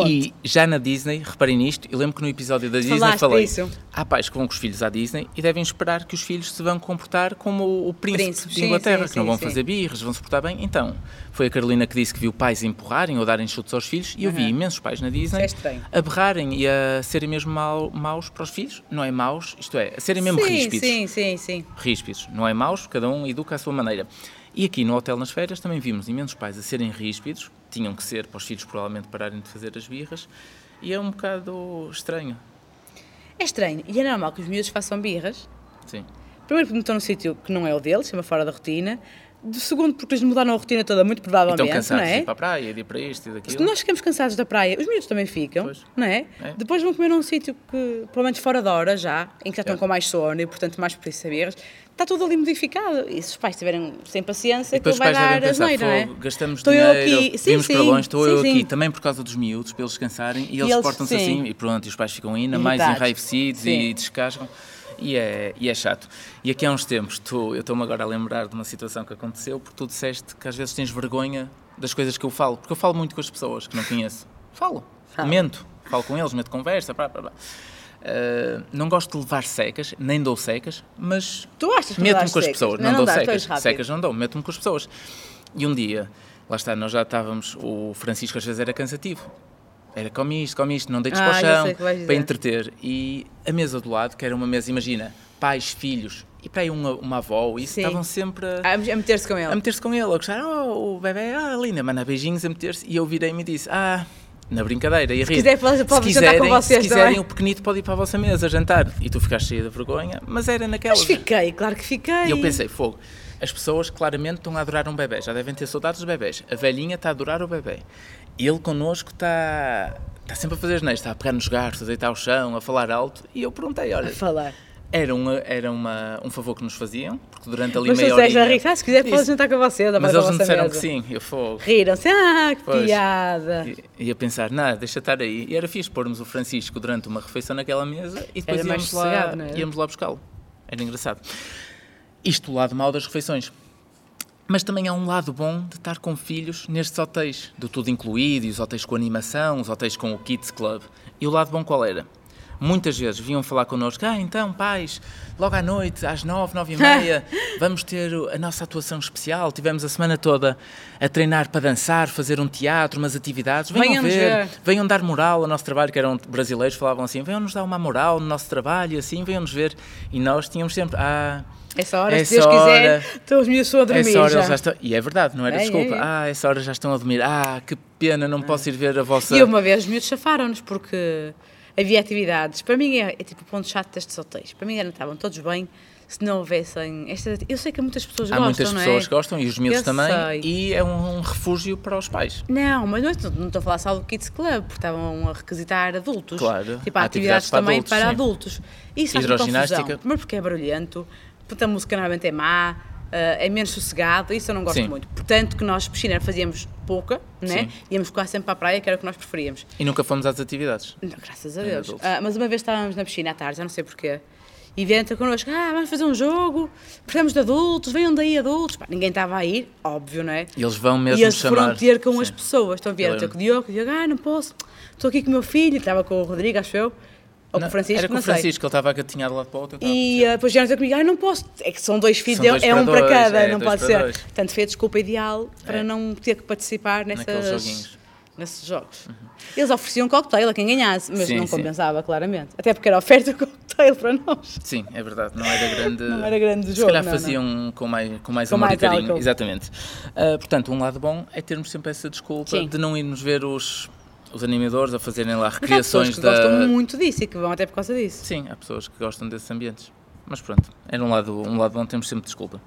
Speaker 3: e já na Disney, reparem nisto, eu lembro que no episódio da Disney
Speaker 2: Falaste
Speaker 3: falei
Speaker 2: disso.
Speaker 3: há pais que vão com os filhos à Disney e devem esperar que os filhos se vão comportar como o- o príncipe,
Speaker 2: Príncipe,
Speaker 3: de
Speaker 2: sim,
Speaker 3: Inglaterra,
Speaker 2: sim,
Speaker 3: que não
Speaker 2: sim,
Speaker 3: vão
Speaker 2: sim.
Speaker 3: fazer birras, vão se portar bem. Então, foi a Carolina que disse que viu pais empurrarem ou darem chutes aos filhos e eu vi imensos pais na Disney
Speaker 2: Uhum. Isso é estranho.
Speaker 3: a berrarem e a serem mesmo mau- maus para os filhos. Não é maus, isto é, a serem mesmo
Speaker 2: sim,
Speaker 3: ríspidos
Speaker 2: Sim, sim, sim.
Speaker 3: ríspidos. Não é maus, cada um educa à sua maneira. E aqui no Hotel nas Férias também vimos imensos pais a serem ríspidos, tinham que ser para os filhos provavelmente pararem de fazer as birras, e é um bocado estranho.
Speaker 2: É estranho. E é normal que os miúdos façam birras,
Speaker 3: Sim.
Speaker 2: Primeiro porque me estão num sítio que não é o deles, chama fora da rotina. De segundo porque eles mudaram a rotina toda, muito
Speaker 3: E
Speaker 2: provavelmente,
Speaker 3: estão cansados
Speaker 2: não
Speaker 3: de
Speaker 2: é?
Speaker 3: ir para a praia, de ir para isto e
Speaker 2: Se
Speaker 3: daquilo.
Speaker 2: Nós ficamos cansados da praia, os miúdos também ficam,
Speaker 3: Pois.
Speaker 2: não é?
Speaker 3: É.
Speaker 2: Depois vão comer num sítio que, provavelmente fora da hora já, em que já estão
Speaker 3: Certo.
Speaker 2: com mais sono e, portanto, mais por isso saberes, está tudo ali modificado. E se os pais estiverem sem paciência,
Speaker 3: E
Speaker 2: aquilo
Speaker 3: depois os
Speaker 2: vai
Speaker 3: pais
Speaker 2: dar
Speaker 3: devem pensar,
Speaker 2: asneira, não é?
Speaker 3: fogo, gastamos
Speaker 2: Estou eu
Speaker 3: dinheiro,
Speaker 2: aqui. Sim,
Speaker 3: vimos para
Speaker 2: sim,
Speaker 3: longe, estou
Speaker 2: sim,
Speaker 3: eu aqui,
Speaker 2: sim.
Speaker 3: também por causa dos miúdos, para eles descansarem, e eles,
Speaker 2: eles-
Speaker 3: portam-se
Speaker 2: sim.
Speaker 3: assim, e pronto, e os pais ficam ainda mais
Speaker 2: Irritados.
Speaker 3: enraivecidos
Speaker 2: Sim.
Speaker 3: e descascam, e é, e é chato. E aqui há uns tempos, tu, eu estou-me agora a lembrar de uma situação que aconteceu, porque tu disseste que às vezes tens vergonha das coisas que eu falo, porque eu falo muito com as pessoas que não conheço, falo,
Speaker 2: Fala.
Speaker 3: mento, falo com eles, meto conversa, pá, pá, pá. Ah, não gosto de levar secas, nem dou secas, mas
Speaker 2: Tu achas que
Speaker 3: Meto-me
Speaker 2: dás
Speaker 3: com as
Speaker 2: secas?
Speaker 3: pessoas,
Speaker 2: Não, é?
Speaker 3: não,
Speaker 2: não
Speaker 3: dou
Speaker 2: dás, tu és
Speaker 3: secas.
Speaker 2: rápido.
Speaker 3: Secas não dou, meto-me com as pessoas. E um dia, lá está, nós já estávamos, o Francisco às vezes era cansativo. Era come isto, come isto, não deites
Speaker 2: Ah,
Speaker 3: para
Speaker 2: já
Speaker 3: o
Speaker 2: sei
Speaker 3: chão,
Speaker 2: o que vais
Speaker 3: para
Speaker 2: dizer.
Speaker 3: entreter. E a mesa do lado, que era uma mesa, imagina, pais, filhos, e para aí uma, uma avó, e isso,
Speaker 2: Sim. Ah,
Speaker 3: estavam sempre a,
Speaker 2: A a meter-se com
Speaker 3: a
Speaker 2: ele.
Speaker 3: meter-se com ele, a gostar, oh, o bebê, ah, linda, manda beijinhos, a meter-se. E eu virei-me e disse, ah, na brincadeira, e a rir.
Speaker 2: quiser, pode-
Speaker 3: Se
Speaker 2: pode jantar com vocês
Speaker 3: Se quiserem,
Speaker 2: também."
Speaker 3: o pequenito pode ir para a vossa mesa jantar. E tu ficaste cheia de vergonha, mas era naquela.
Speaker 2: Mas fiquei, claro que fiquei.
Speaker 3: E eu pensei, fogo, as pessoas claramente estão a adorar um bebê, já devem ter saudades dos bebés. A velhinha está a adorar o bebê. Ele connosco está, está sempre a fazer asneiras, está a pegar nos garfos, a deitar ao chão, a falar alto. E eu perguntei,
Speaker 2: A
Speaker 3: olha,
Speaker 2: falar.
Speaker 3: era, uma, era uma, um favor que nos faziam, porque durante ali
Speaker 2: Mas
Speaker 3: meia
Speaker 2: tu
Speaker 3: hora.
Speaker 2: disseste a rir, ah, se quiser, pode
Speaker 3: Isso.
Speaker 2: jantar com vocês,
Speaker 3: Mas eles
Speaker 2: não
Speaker 3: me disseram que sim, eu fogo.
Speaker 2: Riram-se, ah, que
Speaker 3: Pois.
Speaker 2: piada.
Speaker 3: E, e a pensar, nada, deixa estar aí. E era fixe pormos o Francisco durante uma refeição naquela mesa e depois
Speaker 2: Era mais
Speaker 3: íamos, lá,
Speaker 2: sossegado, não é? era?
Speaker 3: íamos lá buscá-lo. Era engraçado. Isto o lado mau das refeições. Mas também há um lado bom de estar com filhos nestes hotéis, do tudo incluído, e os hotéis com animação, os hotéis com o Kids Club. E o lado bom qual era? Muitas vezes vinham falar connosco, ah, então, pais, logo à noite, às nove, nove e meia, vamos ter o- a nossa atuação especial. Tivemos a semana toda a treinar para dançar, fazer um teatro, umas atividades. Venham,
Speaker 2: Venham-nos
Speaker 3: ver,
Speaker 2: ver."
Speaker 3: venham dar moral ao nosso trabalho, que eram brasileiros, falavam assim, venham-nos dar uma moral no nosso trabalho, e assim, venham-nos ver. E nós tínhamos sempre, ah,
Speaker 2: Essa hora,
Speaker 3: Essa
Speaker 2: se Deus
Speaker 3: hora-
Speaker 2: quiser, então os meus são a dormir
Speaker 3: essa hora
Speaker 2: já.
Speaker 3: eles já estão. E é verdade, não era
Speaker 2: É,
Speaker 3: desculpa.
Speaker 2: é, é.
Speaker 3: Ah, essa hora já estão a dormir. Ah, que pena, não posso ir ver a vossa.
Speaker 2: E uma vez os miúdos chafaram-nos porque havia atividades. Para mim é, é tipo o ponto chato destes hotéis. Para mim era, estavam todos bem se não houvessem estas ati- Eu sei que muitas pessoas
Speaker 3: Há
Speaker 2: gostam,
Speaker 3: muitas
Speaker 2: não é?
Speaker 3: pessoas que gostam e os miúdos
Speaker 2: Eu
Speaker 3: também.
Speaker 2: sei.
Speaker 3: E é um, um refúgio para os pais.
Speaker 2: Não, mas não, não estou a falar só do Kids Club, porque estavam a requisitar adultos.
Speaker 3: Claro,
Speaker 2: Tipo, há atividades,
Speaker 3: há atividades para
Speaker 2: também
Speaker 3: adultos,
Speaker 2: para
Speaker 3: sim.
Speaker 2: adultos. Isso faz
Speaker 3: Hidroginástica.
Speaker 2: confusão. Primeiro porque é barulhento, portanto a música normalmente é má, eh, é menos sossegado, isso eu não gosto
Speaker 3: Sim.
Speaker 2: muito. Portanto que nós piscina fazíamos pouca, né?
Speaker 3: Sim.
Speaker 2: Íamos quase sempre para a praia, que era o que nós preferíamos.
Speaker 3: E nunca fomos às atividades.
Speaker 2: Não, graças a
Speaker 3: Nem
Speaker 2: Deus.
Speaker 3: adultos.
Speaker 2: Ah, mas uma vez estávamos na piscina à tarde, já não sei porquê, e vieram ter connosco, ah, vamos fazer um jogo, precisamos de adultos, venham daí adultos. Pá, ninguém estava a ir, óbvio, não é?
Speaker 3: E eles vão mesmo
Speaker 2: E eles
Speaker 3: chamar.
Speaker 2: foram ter com
Speaker 3: Sim.
Speaker 2: as pessoas. Estão vieram
Speaker 3: Eu
Speaker 2: ter com o Diogo, o Diogo, ah, não posso, estou aqui com o meu filho, estava com o Rodrigo, acho eu, ou com
Speaker 3: Não,
Speaker 2: o Francisco,
Speaker 3: Era com
Speaker 2: não
Speaker 3: o Francisco,
Speaker 2: sei.
Speaker 3: ele estava a gatinhar de um lado para o outro. eu estava-
Speaker 2: E ah, depois vieram ter comigo, ah, não posso, é que são dois filhos,
Speaker 3: São dois
Speaker 2: é um
Speaker 3: para
Speaker 2: para
Speaker 3: dois,
Speaker 2: cada,
Speaker 3: é,
Speaker 2: não
Speaker 3: dois
Speaker 2: pode
Speaker 3: para
Speaker 2: ser.
Speaker 3: dois.
Speaker 2: Portanto, foi a desculpa ideal para
Speaker 3: É.
Speaker 2: não ter que participar nessas,
Speaker 3: Naqueles joguinhos. Uhum.
Speaker 2: nesses jogos. Eles ofereciam cocktail a quem ganhasse, mas
Speaker 3: Sim,
Speaker 2: não
Speaker 3: sim.
Speaker 2: compensava, claramente. Até porque era oferta de cocktail para nós.
Speaker 3: Sim, é verdade, não era grande.
Speaker 2: Não era grande
Speaker 3: se
Speaker 2: jogo,
Speaker 3: calhar
Speaker 2: não,
Speaker 3: faziam com mais, com mais
Speaker 2: Com
Speaker 3: amor
Speaker 2: mais
Speaker 3: e carinho.
Speaker 2: álcool.
Speaker 3: Exatamente. Ah, portanto, um lado bom é termos sempre essa desculpa
Speaker 2: Sim.
Speaker 3: de não irmos ver os, os animadores a fazerem lá
Speaker 2: Mas há pessoas
Speaker 3: recriações
Speaker 2: que
Speaker 3: da.
Speaker 2: gostam muito disso e que vão até por causa disso.
Speaker 3: Sim, há pessoas que gostam desses ambientes. Mas pronto, era um lado, um lado bom, temos sempre desculpa.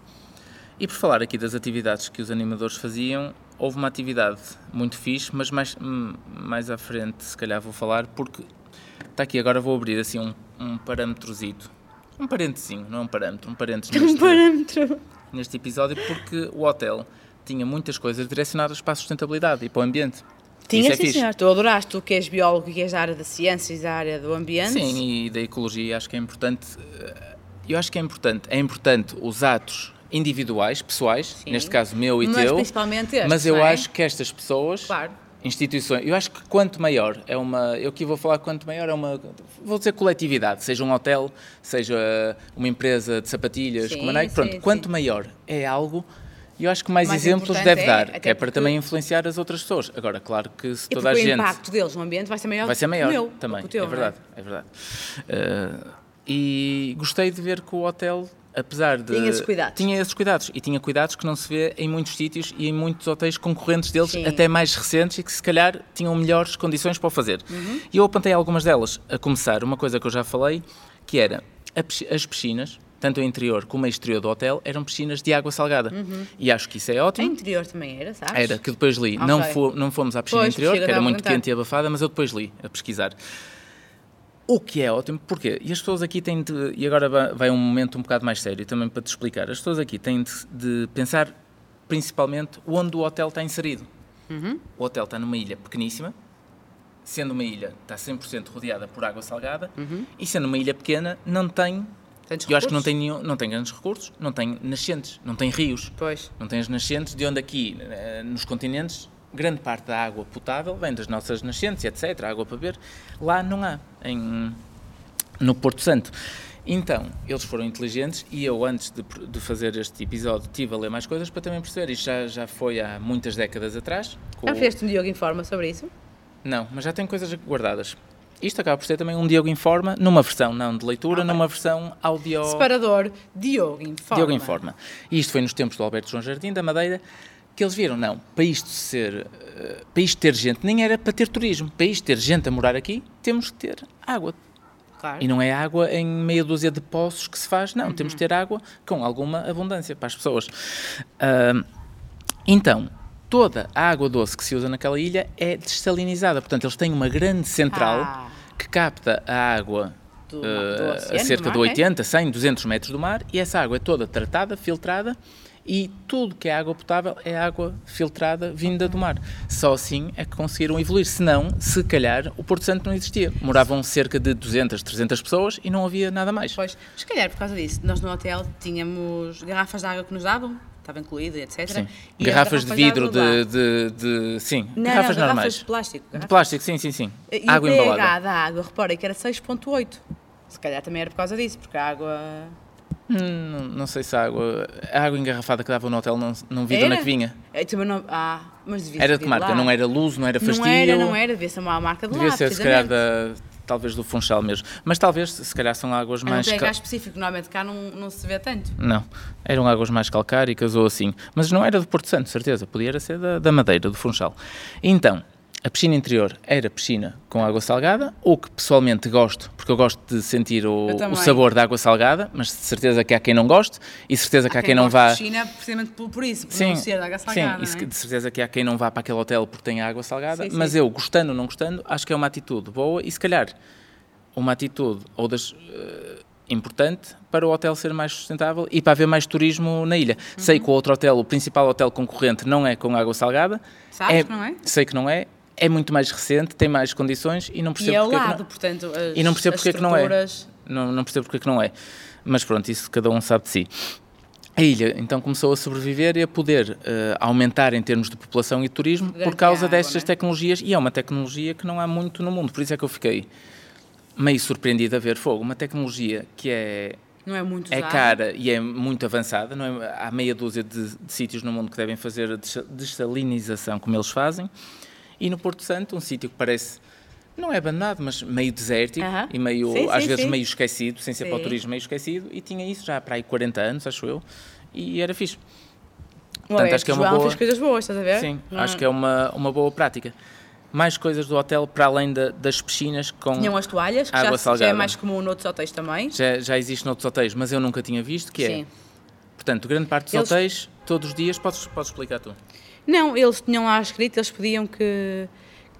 Speaker 3: E por falar aqui das atividades que os animadores faziam, houve uma atividade muito fixe, mas mais, hum, mais à frente, se calhar, vou falar, porque está aqui agora, vou abrir assim um, um parâmetrozito. Um parentezinho, não é um parâmetro, um parênteses
Speaker 2: Um
Speaker 3: neste,
Speaker 2: parâmetro.
Speaker 3: neste episódio, porque o hotel tinha muitas coisas direcionadas para a sustentabilidade e para o ambiente.
Speaker 2: Tinha,
Speaker 3: Isso é
Speaker 2: sim,
Speaker 3: fixe.
Speaker 2: senhor. Tu adoraste, tu que és biólogo e que és da área da ciência e da área do ambiente.
Speaker 3: Sim, e da ecologia acho que é importante. eh, Eu acho que é importante. É importante os atos individuais, pessoais, neste caso meu e
Speaker 2: Mas
Speaker 3: teu.
Speaker 2: principalmente estes,
Speaker 3: mas eu
Speaker 2: não é?
Speaker 3: acho que estas pessoas,
Speaker 2: Claro.
Speaker 3: instituições, eu acho que quanto maior é uma, eu aqui vou falar quanto maior é uma, vou dizer coletividade, seja um hotel, seja uma empresa de sapatilhas,
Speaker 2: Sim,
Speaker 3: como a Nike,
Speaker 2: sim,
Speaker 3: pronto,
Speaker 2: sim.
Speaker 3: quanto maior é algo, eu acho que mais,
Speaker 2: Mais
Speaker 3: exemplos
Speaker 2: importante
Speaker 3: deve
Speaker 2: é,
Speaker 3: dar,
Speaker 2: até
Speaker 3: que é para
Speaker 2: porque-
Speaker 3: também influenciar as outras pessoas. Agora, claro que se
Speaker 2: E
Speaker 3: toda a
Speaker 2: porque o
Speaker 3: gente
Speaker 2: impacto deles no ambiente vai ser maior
Speaker 3: Vai ser maior
Speaker 2: que o meu.
Speaker 3: também,
Speaker 2: que o teu,
Speaker 3: é
Speaker 2: não
Speaker 3: verdade, é, verdade. Eh, e gostei de ver que o hotel, apesar de...
Speaker 2: Tinha esses cuidados.
Speaker 3: Tinha esses cuidados, e tinha cuidados que não se vê em muitos sítios e em muitos hotéis concorrentes deles,
Speaker 2: Sim.
Speaker 3: até mais recentes, e que se calhar tinham melhores condições para o fazer.
Speaker 2: Uhum.
Speaker 3: E eu apontei algumas delas, a começar uma coisa que eu já falei, que era a pisci- as piscinas, tanto o interior como a exterior do hotel, eram piscinas de água salgada.
Speaker 2: Uhum.
Speaker 3: E acho que isso é
Speaker 2: A
Speaker 3: ótimo.
Speaker 2: interior também era, sabes?
Speaker 3: Era, que depois li.
Speaker 2: Ok.
Speaker 3: Não, fo- não fomos à piscina
Speaker 2: Pois,
Speaker 3: interior,
Speaker 2: chega,
Speaker 3: que era
Speaker 2: dá
Speaker 3: muito
Speaker 2: vontade.
Speaker 3: quente e abafada, mas eu depois li, a pesquisar. O que é ótimo, porque e as pessoas aqui têm de. E agora va- vai um momento um bocado mais sério também para te explicar. As pessoas aqui têm de, de pensar principalmente onde o hotel está inserido.
Speaker 2: Uhum.
Speaker 3: O hotel está numa ilha pequeníssima, sendo uma ilha, está 100% rodeada por água salgada, e sendo uma ilha pequena, não tem.
Speaker 2: Tantos
Speaker 3: eu acho que não
Speaker 2: Uhum. recursos?
Speaker 3: tem, nenhum, não tem grandes recursos, não tem nascentes, não tem rios.
Speaker 2: Pois.
Speaker 3: Não tens nascentes, de onde aqui, eh, nos continentes, grande parte da água potável vem das nossas nascentes, etc., água para beber. Lá não há, em, no Porto Santo. Então, eles foram inteligentes e eu, antes de, pr- de fazer este episódio, estive a ler mais coisas para também perceber. Isto já, já foi há muitas décadas atrás. com
Speaker 2: Já
Speaker 3: o-
Speaker 2: fizeste um Diogo Informa sobre isso?
Speaker 3: Não, mas já tenho coisas guardadas. Isto acaba por ser também um Diogo Informa, numa versão não de leitura, numa versão audio...
Speaker 2: Separador Diogo Informa.
Speaker 3: Diogo informa. E isto foi nos tempos do Alberto João Jardim, da Madeira, que eles viram, não, para isto ser, eh, para isto ter gente, nem era para ter turismo, para isto ter gente a morar aqui, temos que ter água.
Speaker 2: Claro.
Speaker 3: E não é água em meia dúzia de poços que se faz, não, temos que ter água com alguma abundância para as pessoas. Ah, então, toda a água doce que se usa naquela ilha é dessalinizada, portanto, eles têm uma grande central
Speaker 2: Ah.
Speaker 3: que capta a água
Speaker 2: Do- do
Speaker 3: eh,
Speaker 2: oceano,
Speaker 3: a cerca
Speaker 2: do mar,
Speaker 3: de
Speaker 2: né?
Speaker 3: 80, 100, 200 metros do mar e essa água é toda tratada, filtrada e tudo que é água potável é água filtrada vinda do mar. Só assim é que conseguiram evoluir, senão, se calhar, o Porto Santo não existia. Moravam cerca de 200, 300 pessoas e não havia nada mais.
Speaker 2: Pois, se calhar por causa disso, nós no hotel tínhamos garrafas de água que nos davam, estava incluído, etc.
Speaker 3: Sim.
Speaker 2: E as
Speaker 3: Garrafas de vidro,
Speaker 2: água lá-
Speaker 3: de, de, de- Sim,
Speaker 2: Não, não,
Speaker 3: garrafas
Speaker 2: garrafas
Speaker 3: normais.
Speaker 2: de plástico.
Speaker 3: De
Speaker 2: garrafas-
Speaker 3: plástico, sim, sim, sim.
Speaker 2: E
Speaker 3: água
Speaker 2: o pH
Speaker 3: embalada.
Speaker 2: da água, reparem que era 6.8. Se calhar também era por causa disso, porque a água...
Speaker 3: Hum, não, não sei se a água. A água engarrafada que dava no hotel não, não vi de onde é
Speaker 2: Era?
Speaker 3: que vinha.
Speaker 2: Eh, Também não... Ah, mas devia
Speaker 3: Era
Speaker 2: ser
Speaker 3: de que marca,
Speaker 2: lá.
Speaker 3: não era luz, não era fastio.
Speaker 2: Não era, não era, devia ser uma marca de lá,
Speaker 3: Devia ser, se calhar,
Speaker 2: precisamente.
Speaker 3: da, talvez do Funchal mesmo. Mas talvez, se calhar, são águas
Speaker 2: Era um
Speaker 3: mais.
Speaker 2: pH
Speaker 3: cal-
Speaker 2: específico, normalmente cá não, não se vê tanto.
Speaker 3: Não, eram águas mais calcáricas ou assim. Mas não era do Porto Santo, certeza. Podia era ser da, da Madeira, do Funchal. Então, a piscina interior era piscina com água salgada, o que pessoalmente gosto, porque eu gosto de sentir o,
Speaker 2: Eu
Speaker 3: o
Speaker 2: também.
Speaker 3: sabor da água salgada, mas de certeza que há quem não goste e certeza que há, quem não
Speaker 2: gosta
Speaker 3: vá.
Speaker 2: de China, precisamente por, por isso, por não ser da água
Speaker 3: sim,
Speaker 2: salgada,
Speaker 3: isso
Speaker 2: não
Speaker 3: que
Speaker 2: é?
Speaker 3: de certeza que há quem não vá para aquele hotel porque tem água salgada,
Speaker 2: Sim, sim.
Speaker 3: mas eu, gostando ou não gostando, acho que é uma atitude boa e se calhar uma atitude ou das, eh, importante para o hotel ser mais sustentável e para haver mais turismo na ilha. Sei
Speaker 2: Uhum.
Speaker 3: que o outro hotel, o principal hotel concorrente, não é com água salgada.
Speaker 2: Sabes que não é?
Speaker 3: Sei que não é. É muito mais recente, tem mais condições e não
Speaker 2: E
Speaker 3: percebo
Speaker 2: é ao
Speaker 3: porque é que não-
Speaker 2: lado, portanto, as,
Speaker 3: e não percebo
Speaker 2: as
Speaker 3: porque é que não é.
Speaker 2: estruturas-
Speaker 3: Não, não percebo porque é que não é. Mas pronto, isso cada um sabe de si. A ilha então começou a sobreviver e a poder eh, aumentar em termos de população e turismo
Speaker 2: Grande
Speaker 3: por causa
Speaker 2: água,
Speaker 3: destas
Speaker 2: né?
Speaker 3: tecnologias. E é uma tecnologia que não há muito no mundo. Por isso é que eu fiquei meio surpreendido a ver fogo. Uma tecnologia que é
Speaker 2: Não é muito
Speaker 3: é
Speaker 2: usado.
Speaker 3: cara e é muito avançada. Não é? Há meia dúzia de, de sítios no mundo que devem fazer a dessa- dessalinização como eles fazem. E no Porto Santo, um sítio que parece, não é abandonado, mas meio desértico
Speaker 2: Aham.
Speaker 3: e meio,
Speaker 2: Sim,
Speaker 3: às
Speaker 2: sim,
Speaker 3: vezes
Speaker 2: sim.
Speaker 3: meio esquecido, sem ser para o
Speaker 2: Sim.
Speaker 3: turismo meio esquecido. E tinha isso já há para aí 40 anos, acho eu, e era fixe.
Speaker 2: Não
Speaker 3: Portanto, acho que é uma
Speaker 2: João
Speaker 3: boa-
Speaker 2: fez coisas boas, estás a ver? Hum.
Speaker 3: Sim,
Speaker 2: Não-
Speaker 3: acho que é uma, uma boa prática. Mais coisas do hotel para além da- das piscinas com.
Speaker 2: Tinham as toalhas, que
Speaker 3: um Água
Speaker 2: já, se- já é
Speaker 3: salgada.
Speaker 2: mais comum noutros hotéis também.
Speaker 3: Já, já existe noutros hotéis, mas eu nunca tinha visto, que é.
Speaker 2: Sim.
Speaker 3: Portanto, grande parte dos
Speaker 2: Eles-
Speaker 3: hotéis, todos os dias, podes, podes explicar tu.
Speaker 2: Não, eles tinham lá escrito, eles pediam que.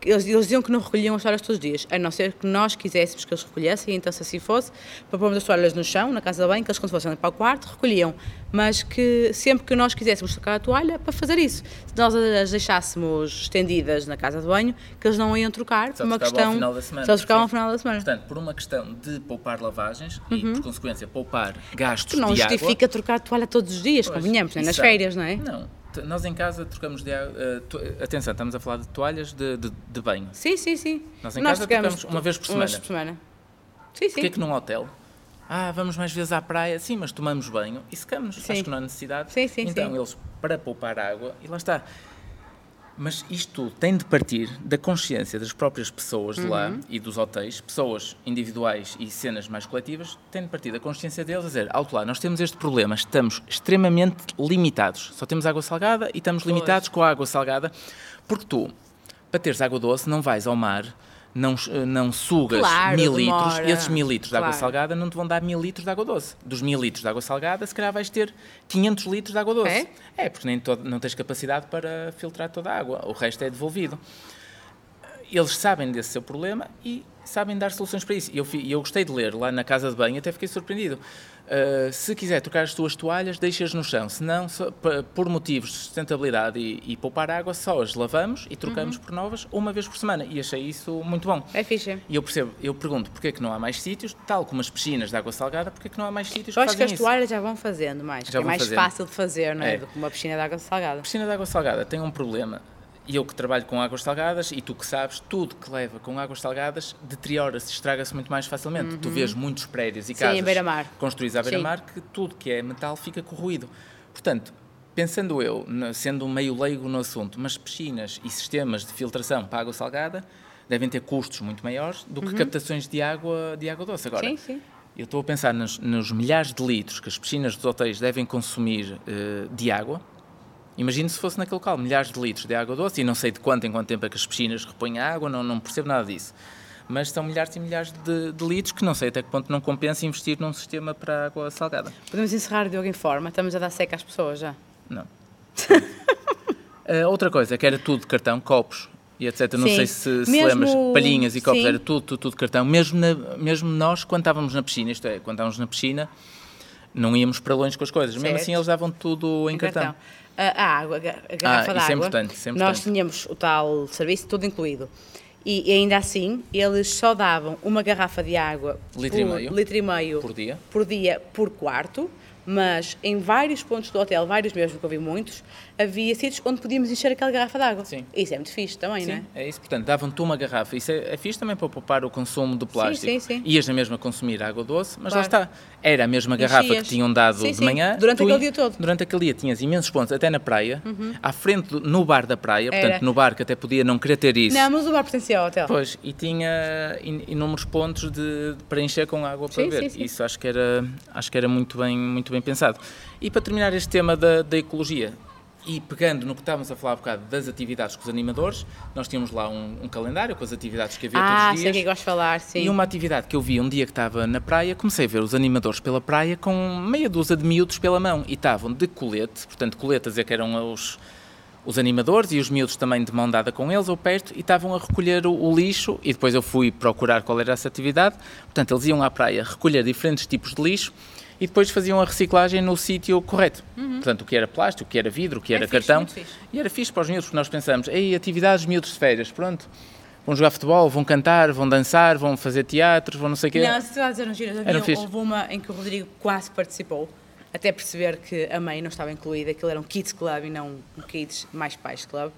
Speaker 2: que Eles, eles diziam que não recolhiam as toalhas todos os dias, a não ser que nós quiséssemos que eles recolhessem, então se assim fosse, para pormos as toalhas no chão, na casa de banho, que eles quando fossem para o quarto recolhiam, mas que sempre que nós quiséssemos trocar a toalha, para fazer isso. Se nós as deixássemos estendidas na casa de banho, que eles não iam trocar, por
Speaker 3: Só
Speaker 2: uma
Speaker 3: trocavam ao
Speaker 2: questão.
Speaker 3: final da semana,
Speaker 2: só eles trocavam ao
Speaker 3: sim.
Speaker 2: final da semana.
Speaker 3: Portanto, por uma questão de poupar lavagens e, por consequência, poupar gastos
Speaker 2: Uhum. não
Speaker 3: de água...
Speaker 2: justifica trocar a toalha todos os dias,
Speaker 3: Pois,
Speaker 2: convenhamos, nem nas
Speaker 3: isso
Speaker 2: férias, não é?
Speaker 3: Não. T- Nós em casa trocamos de água... eh, to- atenção, estamos a falar de toalhas de, de, de banho.
Speaker 2: Sim, sim, sim.
Speaker 3: Nós em casa trocamos uma vez por
Speaker 2: Uma vez
Speaker 3: semana.
Speaker 2: por semana. Sim, sim.
Speaker 3: Porquê que num hotel... Ah, vamos mais vezes à praia. Sim, mas tomamos banho e secamos.
Speaker 2: Sim.
Speaker 3: Acho que não há necessidade.
Speaker 2: Sim, sim,
Speaker 3: então,
Speaker 2: sim.
Speaker 3: eles, para poupar água, e lá está. Mas isto tem de partir da consciência das próprias pessoas de
Speaker 2: Uhum.
Speaker 3: lá e dos hotéis, pessoas individuais e cenas mais coletivas, tem de partir da consciência deles a dizer, alto lá, nós temos este problema, estamos extremamente limitados. Só temos água salgada e estamos limitados com a água salgada, porque tu, para teres água doce, não vais ao mar, não, eh, não sugas
Speaker 2: Claro,
Speaker 3: mil
Speaker 2: demora.
Speaker 3: litros, esses mil litros de água
Speaker 2: Claro.
Speaker 3: salgada não te vão dar mil litros de água doce. Dos mil litros de água salgada, se calhar vais ter 500 litros de água doce. É, porque nem todo- não tens capacidade para filtrar toda a água, o resto é devolvido. Eles sabem desse seu problema e sabem dar soluções para isso. E Eu, fi- e eu gostei de ler lá na casa de banho, até fiquei surpreendido. Eh, se quiser trocar as tuas toalhas, deixas no chão. Se não, só pa- por motivos de sustentabilidade e, e poupar água, só as lavamos e trocamos por novas uma vez por semana. E achei isso muito bom.
Speaker 2: É fixe.
Speaker 3: E eu percebo, eu pergunto porque é que não há mais sítios, tal como as piscinas de água salgada, porque é que não há mais sítios
Speaker 2: Eu
Speaker 3: que
Speaker 2: acho que
Speaker 3: fazem
Speaker 2: as
Speaker 3: isso?
Speaker 2: toalhas já vão fazendo mais, que é
Speaker 3: vão
Speaker 2: mais
Speaker 3: fazendo.
Speaker 2: fácil de fazer, não é?
Speaker 3: É.
Speaker 2: Do que uma piscina de água salgada.
Speaker 3: A piscina de água salgada tem um problema. E eu que trabalho com águas salgadas, e tu que sabes, tudo que leva com águas salgadas deteriora-se, estraga-se muito mais facilmente. Tu vês muitos prédios e
Speaker 2: Uhum. Sim, em
Speaker 3: casas
Speaker 2: beira-mar.
Speaker 3: construídos à beira-mar que tudo que é metal fica corroído. Portanto, pensando eu, na- sendo um meio leigo no assunto, mas piscinas e sistemas de filtração para água salgada devem ter custos muito maiores do que captações de água, de água doce. Agora,
Speaker 2: Uhum. Sim, sim.
Speaker 3: eu estou a pensar nos, nos milhares de litros que as piscinas dos hotéis devem consumir eh, de água. Imagino se fosse naquele local, milhares de litros de água doce, e não sei de quanto em quanto tempo é que as piscinas repõem a água, não, não percebo nada disso. Mas são milhares e milhares de, de litros que não sei até que ponto não compensa investir num sistema para água salgada.
Speaker 2: Podemos encerrar de alguma forma, estamos a dar seca às pessoas já.
Speaker 3: Não. Eh, outra coisa, que era tudo de cartão, copos e etc. Não
Speaker 2: Sim.
Speaker 3: sei se, se
Speaker 2: Mesmo-
Speaker 3: lembras, palhinhas e copos,
Speaker 2: sim.
Speaker 3: era tudo, tudo, tudo de cartão. Mesmo, na- mesmo nós, quando estávamos na piscina, isto é, quando estávamos na piscina, não íamos para longe com as coisas. Mesmo
Speaker 2: Certo.
Speaker 3: assim, eles davam tudo em, cartão.
Speaker 2: A, a água, a ga- a garrafa
Speaker 3: Ah,
Speaker 2: de
Speaker 3: isso
Speaker 2: água.
Speaker 3: é importante, isso é
Speaker 2: Nós
Speaker 3: importante.
Speaker 2: tínhamos o tal serviço todo incluído. E, e ainda assim, eles só davam uma garrafa de água
Speaker 3: Litro e
Speaker 2: por-
Speaker 3: meio.
Speaker 2: litro e meio
Speaker 3: Por dia.
Speaker 2: por dia, por quarto, mas em vários pontos do hotel, vários mesmo, que eu vi muitos, havia sítios onde podíamos encher aquela garrafa de água.
Speaker 3: Sim.
Speaker 2: Isso é muito fixe também, não é?
Speaker 3: Sim, é isso. Portanto, davam-te uma garrafa. Isso é, é fixe também para poupar o consumo do plástico.
Speaker 2: sim, sim.
Speaker 3: Ias na mesma consumir água doce, mas lá
Speaker 2: Claro.
Speaker 3: está. Era a mesma garrafa
Speaker 2: Enchias.
Speaker 3: que tinham dado
Speaker 2: Sim,
Speaker 3: de
Speaker 2: sim.
Speaker 3: manhã.
Speaker 2: Durante
Speaker 3: tu
Speaker 2: aquele
Speaker 3: i-
Speaker 2: dia todo. Uhum.
Speaker 3: Durante aquele dia tinhas imensos pontos, até na praia, à frente, do- no bar da praia,
Speaker 2: Era.
Speaker 3: portanto, no bar que até podia não querer ter isso.
Speaker 2: Não, mas o bar pertencia ao hotel.
Speaker 3: Pois, e tinha in- inúmeros pontos de, de preencher com água para
Speaker 2: Sim,
Speaker 3: ver.
Speaker 2: sim, sim.
Speaker 3: Isso acho que era, acho que era muito, bem, muito bem pensado. E para terminar este tema da, da ecologia, e pegando no que estávamos a falar há bocado das atividades com os animadores, nós tínhamos lá um, um calendário com as atividades que havia
Speaker 2: ah,
Speaker 3: todos os
Speaker 2: sei o que é
Speaker 3: dias.
Speaker 2: que gosto de falar, sim.
Speaker 3: E uma atividade que eu vi um dia que estava na praia, comecei a ver os animadores pela praia com meia dúzia de miúdos pela mão e estavam de colete, portanto, colete a dizer que eram os, os animadores e os miúdos também de mão dada com eles ou perto e estavam a recolher o, o lixo e depois eu fui procurar qual era essa atividade. Portanto, eles iam à praia recolher diferentes tipos de lixo e depois faziam a reciclagem no sítio correto. Portanto, o que era plástico, o que era vidro, o que
Speaker 2: Uhum.
Speaker 3: era
Speaker 2: É fixe,
Speaker 3: cartão.
Speaker 2: muito fixe.
Speaker 3: E era fixe para os miúdos, porque nós pensamos, ei, atividades, miúdos de férias, pronto. Vão jogar futebol, vão cantar, vão dançar, vão fazer teatro, vão não sei o quê.
Speaker 2: Não, as atividades eram giras. Havia,
Speaker 3: fixe.
Speaker 2: um- houve uma em que o Rodrigo quase participou, até perceber que a mãe não estava incluída, aquilo era um kids club e não um kids mais pais club.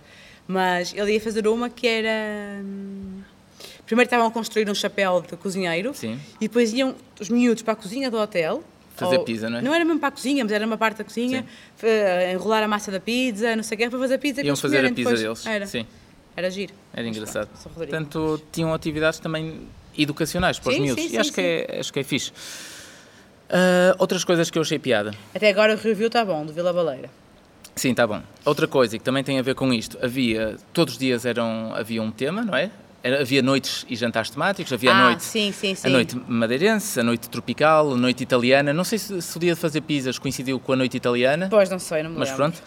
Speaker 2: Mas ele ia fazer uma que era. hum, Primeiro estavam a construir um chapéu de cozinheiro
Speaker 3: Sim.
Speaker 2: e depois iam os miúdos para a cozinha do hotel.
Speaker 3: Fazer pizza, não é?
Speaker 2: Não era mesmo para a cozinha, mas era uma parte da cozinha, fa- enrolar a massa da pizza, não sei o quê, para fazer a pizza. que
Speaker 3: Iam
Speaker 2: eles
Speaker 3: fazer a
Speaker 2: comerem
Speaker 3: pizza
Speaker 2: depois.
Speaker 3: deles.
Speaker 2: Era.
Speaker 3: Sim,
Speaker 2: Era giro.
Speaker 3: era
Speaker 2: Mas
Speaker 3: engraçado.
Speaker 2: pronto, só o Rodrigo.
Speaker 3: Portanto, tinham atividades também educacionais para os
Speaker 2: Sim,
Speaker 3: miúdos.
Speaker 2: sim,
Speaker 3: e acho,
Speaker 2: sim,
Speaker 3: que É, acho que é fixe. Ah, outras coisas que eu achei piada.
Speaker 2: Até agora o review está bom, do Vila Baleira.
Speaker 3: Sim, está bom. Outra coisa que também tem a ver com isto, havia, todos os dias eram, havia um tema, não é? Era- havia noites e jantares temáticos, havia
Speaker 2: ah,
Speaker 3: noites
Speaker 2: sim, sim, sim.
Speaker 3: A noite madeirense, a noite tropical, a noite italiana. Não sei se, se o dia de fazer pizzas coincidiu com a noite italiana,
Speaker 2: Pois, não sei, não me
Speaker 3: mas
Speaker 2: lembro.
Speaker 3: pronto.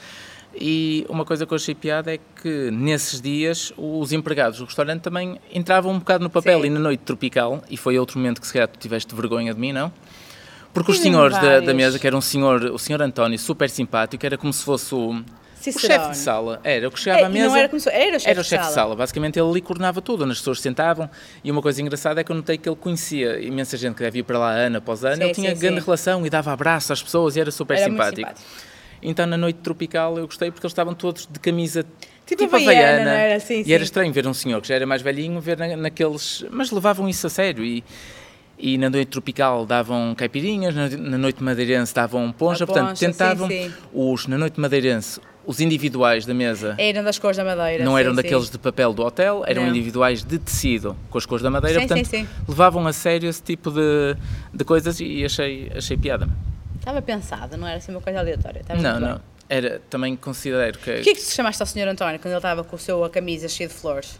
Speaker 3: E uma coisa que eu achei piada é que nesses dias os empregados do restaurante também entravam um bocado no papel
Speaker 2: Sim.
Speaker 3: e na noite tropical, e foi outro momento que se calhar tu tiveste vergonha de mim, não? Porque os
Speaker 2: Tivemos
Speaker 3: senhores da, da
Speaker 2: vários.
Speaker 3: mesa, que era um senhor, o senhor António, super simpático, era como se fosse o, o
Speaker 2: Cicerone.
Speaker 3: chefe de sala. Era, o que chegava
Speaker 2: É,
Speaker 3: à mesa.
Speaker 2: Não era como se- era o chefe
Speaker 3: Era o chefe de
Speaker 2: de
Speaker 3: sala, basicamente ele ali coordenava tudo, onde as pessoas se sentavam. E uma coisa engraçada é que eu notei que ele conhecia imensa gente que devia ir para lá ano após ano.
Speaker 2: Sim,
Speaker 3: ele tinha
Speaker 2: sim,
Speaker 3: grande
Speaker 2: sim.
Speaker 3: relação e dava abraço às pessoas e era super
Speaker 2: Era muito
Speaker 3: simpático. Então na noite tropical eu gostei porque eles estavam todos de camisa
Speaker 2: Tipo
Speaker 3: tipo,
Speaker 2: havaiana,
Speaker 3: havaiana.
Speaker 2: não era? Sim,
Speaker 3: e
Speaker 2: sim.
Speaker 3: era estranho ver um senhor que já era mais velhinho, ver na- naqueles. Mas levavam isso a sério. E, e na noite tropical davam caipirinhas, na, na noite madeirense davam poncha,
Speaker 2: A
Speaker 3: portanto
Speaker 2: poncha, sim,
Speaker 3: tentavam
Speaker 2: sim.
Speaker 3: os na noite madeirense, os individuais da mesa
Speaker 2: Eram das cores da madeira.
Speaker 3: não
Speaker 2: sim,
Speaker 3: eram
Speaker 2: sim.
Speaker 3: daqueles de papel do hotel, eram
Speaker 2: Não.
Speaker 3: individuais de tecido, com as cores da madeira,
Speaker 2: Sim,
Speaker 3: portanto
Speaker 2: sim, sim.
Speaker 3: levavam a sério esse tipo de, de coisas e achei, achei piada.
Speaker 2: Estava pensado, não era assim uma coisa aleatória. estava
Speaker 3: não,
Speaker 2: muito bem.
Speaker 3: não. Era, também considero que.
Speaker 2: Porquê é que se chamaste ao Sr. António quando ele estava com o seu, a camisa cheia de flores?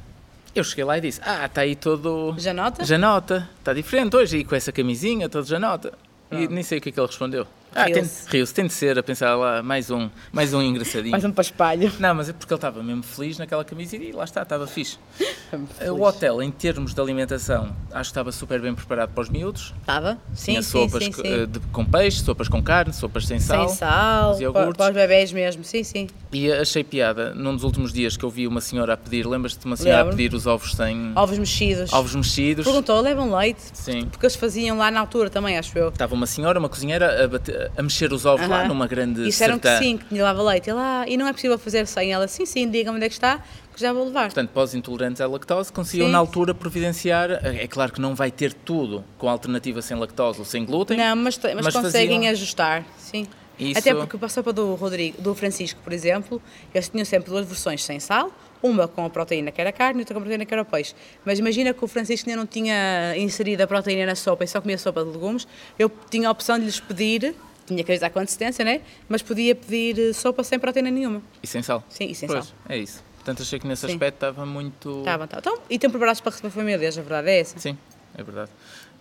Speaker 3: Eu cheguei lá e disse: Ah, está aí todo.
Speaker 2: Já nota?
Speaker 3: Janota, está diferente hoje e com essa camisinha, todo Janota. E nem sei o que é que ele respondeu. Ah, tem,
Speaker 2: Riu-se.
Speaker 3: riu-se, tem de ser, a pensar lá, mais um, mais um engraçadinho.
Speaker 2: Mais um paspalho.
Speaker 3: Não, mas é porque ele estava mesmo feliz naquela camisinha e lá está, estava fixe.
Speaker 2: Feliz.
Speaker 3: O hotel, em termos de alimentação, acho que estava super bem preparado para os miúdos.
Speaker 2: Estava? Sim,
Speaker 3: Tinha
Speaker 2: sim,
Speaker 3: sopas
Speaker 2: sim,
Speaker 3: co-
Speaker 2: sim.
Speaker 3: eh, de- com peixe, sopas com carne, sopas sem sal.
Speaker 2: Sem sal,
Speaker 3: os
Speaker 2: pa-
Speaker 3: iogurtes.
Speaker 2: para os bebés mesmo, sim, sim.
Speaker 3: E achei piada, num dos últimos dias que eu vi uma senhora a pedir, lembras-te de uma senhora a
Speaker 2: Lembro.
Speaker 3: pedir os ovos sem...
Speaker 2: Ovos mexidos.
Speaker 3: Uhum. Ovos mexidos.
Speaker 2: Perguntou, levam leite?
Speaker 3: Sim.
Speaker 2: Porque eles faziam lá na altura também, acho eu.
Speaker 3: Estava uma senhora, uma cozinheira, a, bater- a mexer os ovos lá
Speaker 2: Aham. um
Speaker 3: numa grande
Speaker 2: E disseram que
Speaker 3: sertã.
Speaker 2: sim, que lhe dava leite. E lá, e não é possível fazer sem ela. Sim, sim, diga-me onde é que está, que já vou levar.
Speaker 3: Portanto, para os intolerantes à lactose, conseguiam
Speaker 2: Sim.
Speaker 3: na altura providenciar. É claro que não vai ter tudo com alternativa sem lactose ou sem glúten.
Speaker 2: Não, mas, te- mas
Speaker 3: mas
Speaker 2: conseguem
Speaker 3: faziam-
Speaker 2: ajustar, sim.
Speaker 3: Isso-
Speaker 2: Até porque para a sopa do Rodrigo, do Francisco, por exemplo, eles tinham sempre duas versões sem sal, uma com a proteína que era carne e outra com a proteína que era o peixe. Mas imagina que o Francisco ainda não tinha inserido a proteína na sopa e só comia sopa de legumes, eu tinha a opção de lhes pedir, tinha que avisar com consistência, né? Mas podia pedir eh, sopa sem proteína nenhuma.
Speaker 3: E sem sal.
Speaker 2: Sim, e sem
Speaker 3: pois,
Speaker 2: sal.
Speaker 3: É isso. Portanto, achei que nesse
Speaker 2: Sim.
Speaker 3: aspecto estava muito.
Speaker 2: Tá bom, tá. Então, e estão preparados para receber famílias, a verdade é essa.
Speaker 3: Sim, é verdade.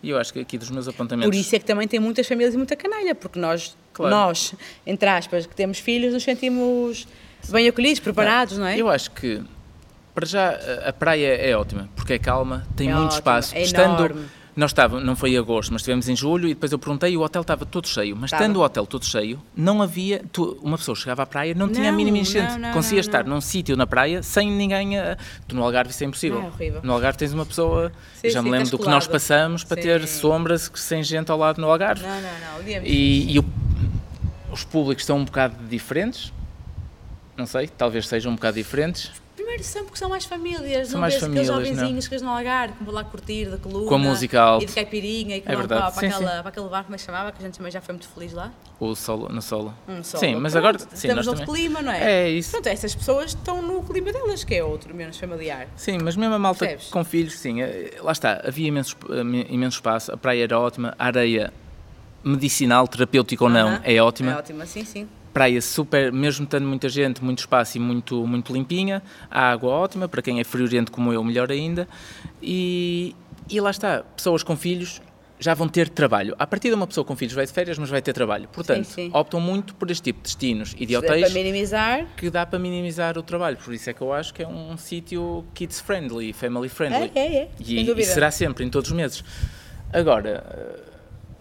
Speaker 3: E eu acho que aqui dos meus apontamentos.
Speaker 2: Por isso é que também tem muitas famílias e muita canalha, porque nós,
Speaker 3: Claro.
Speaker 2: nós entre aspas, que temos filhos, nos sentimos bem acolhidos, preparados, não, é?
Speaker 3: Eu acho que, para já, a- a praia é ótima, porque é calma, tem
Speaker 2: É
Speaker 3: muito
Speaker 2: ótima,
Speaker 3: espaço.
Speaker 2: é
Speaker 3: estando,
Speaker 2: enorme.
Speaker 3: Nós estávamos, não foi em agosto, mas estivemos em julho e depois eu perguntei e o hotel estava todo cheio. Mas
Speaker 2: Estava.
Speaker 3: estando o hotel todo cheio, não havia. tu- uma pessoa chegava à praia, não, tinha a
Speaker 2: Não,
Speaker 3: mínima
Speaker 2: não,
Speaker 3: enchente.
Speaker 2: não,
Speaker 3: Conseguia
Speaker 2: não,
Speaker 3: estar num sítio na praia sem ninguém. A, tu no Algarve isso é impossível.
Speaker 2: Não, é horrível.
Speaker 3: No Algarve tens uma pessoa.
Speaker 2: Sim,
Speaker 3: eu já
Speaker 2: sim,
Speaker 3: me lembro
Speaker 2: estás
Speaker 3: do que nós
Speaker 2: colado.
Speaker 3: passamos para ter
Speaker 2: Sim.
Speaker 3: sombras sem gente ao lado no Algarve.
Speaker 2: Não, não, não. odiamos.
Speaker 3: E, e o- os públicos são um bocado diferentes. Não sei, talvez sejam um bocado diferentes.
Speaker 2: Primeiro são porque são mais famílias,
Speaker 3: São
Speaker 2: não
Speaker 3: mais
Speaker 2: vês aqueles
Speaker 3: famílias, não. é?
Speaker 2: jovenzinhos que eles no Algarve, que vão lá curtir da coluna.
Speaker 3: Com a música alta.
Speaker 2: E de caipirinha, e que
Speaker 3: É
Speaker 2: vão
Speaker 3: verdade,
Speaker 2: para, para,
Speaker 3: sim,
Speaker 2: aquela, para aquele bar, como é que chamava, que a gente também já foi muito feliz lá.
Speaker 3: O solo, no solo.
Speaker 2: Um solo.
Speaker 3: Sim, mas
Speaker 2: Pronto,
Speaker 3: agora sim, nós
Speaker 2: Estamos outro
Speaker 3: também.
Speaker 2: clima, não é?
Speaker 3: É isso.
Speaker 2: Pronto, essas pessoas estão no clima delas, que é outro, menos familiar.
Speaker 3: Sim, mas mesmo a malta
Speaker 2: Percebes?
Speaker 3: com filhos, sim, eh, lá está, havia imenso, esp- eh, imenso espaço, a praia era ótima, a areia medicinal, terapêutica ou não,
Speaker 2: Aham.
Speaker 3: é ótima.
Speaker 2: É ótima, sim, sim.
Speaker 3: Praia super, mesmo tendo muita gente, muito espaço e muito, muito limpinha, a água ótima, para quem é friorento como eu, melhor ainda. E, e lá está, pessoas com filhos já vão ter trabalho. A partir de uma pessoa com filhos vai de férias, mas vai ter trabalho. Portanto,
Speaker 2: sim. é
Speaker 3: optam muito por este tipo de destinos e de
Speaker 2: Para
Speaker 3: hotéis
Speaker 2: minimizar,
Speaker 3: que dá para minimizar o trabalho. Por isso é que eu acho que é um sítio kids friendly, family friendly.
Speaker 2: É, é, é. Sem
Speaker 3: E, e
Speaker 2: dúvida.
Speaker 3: será sempre, em todos os meses. Agora, eh,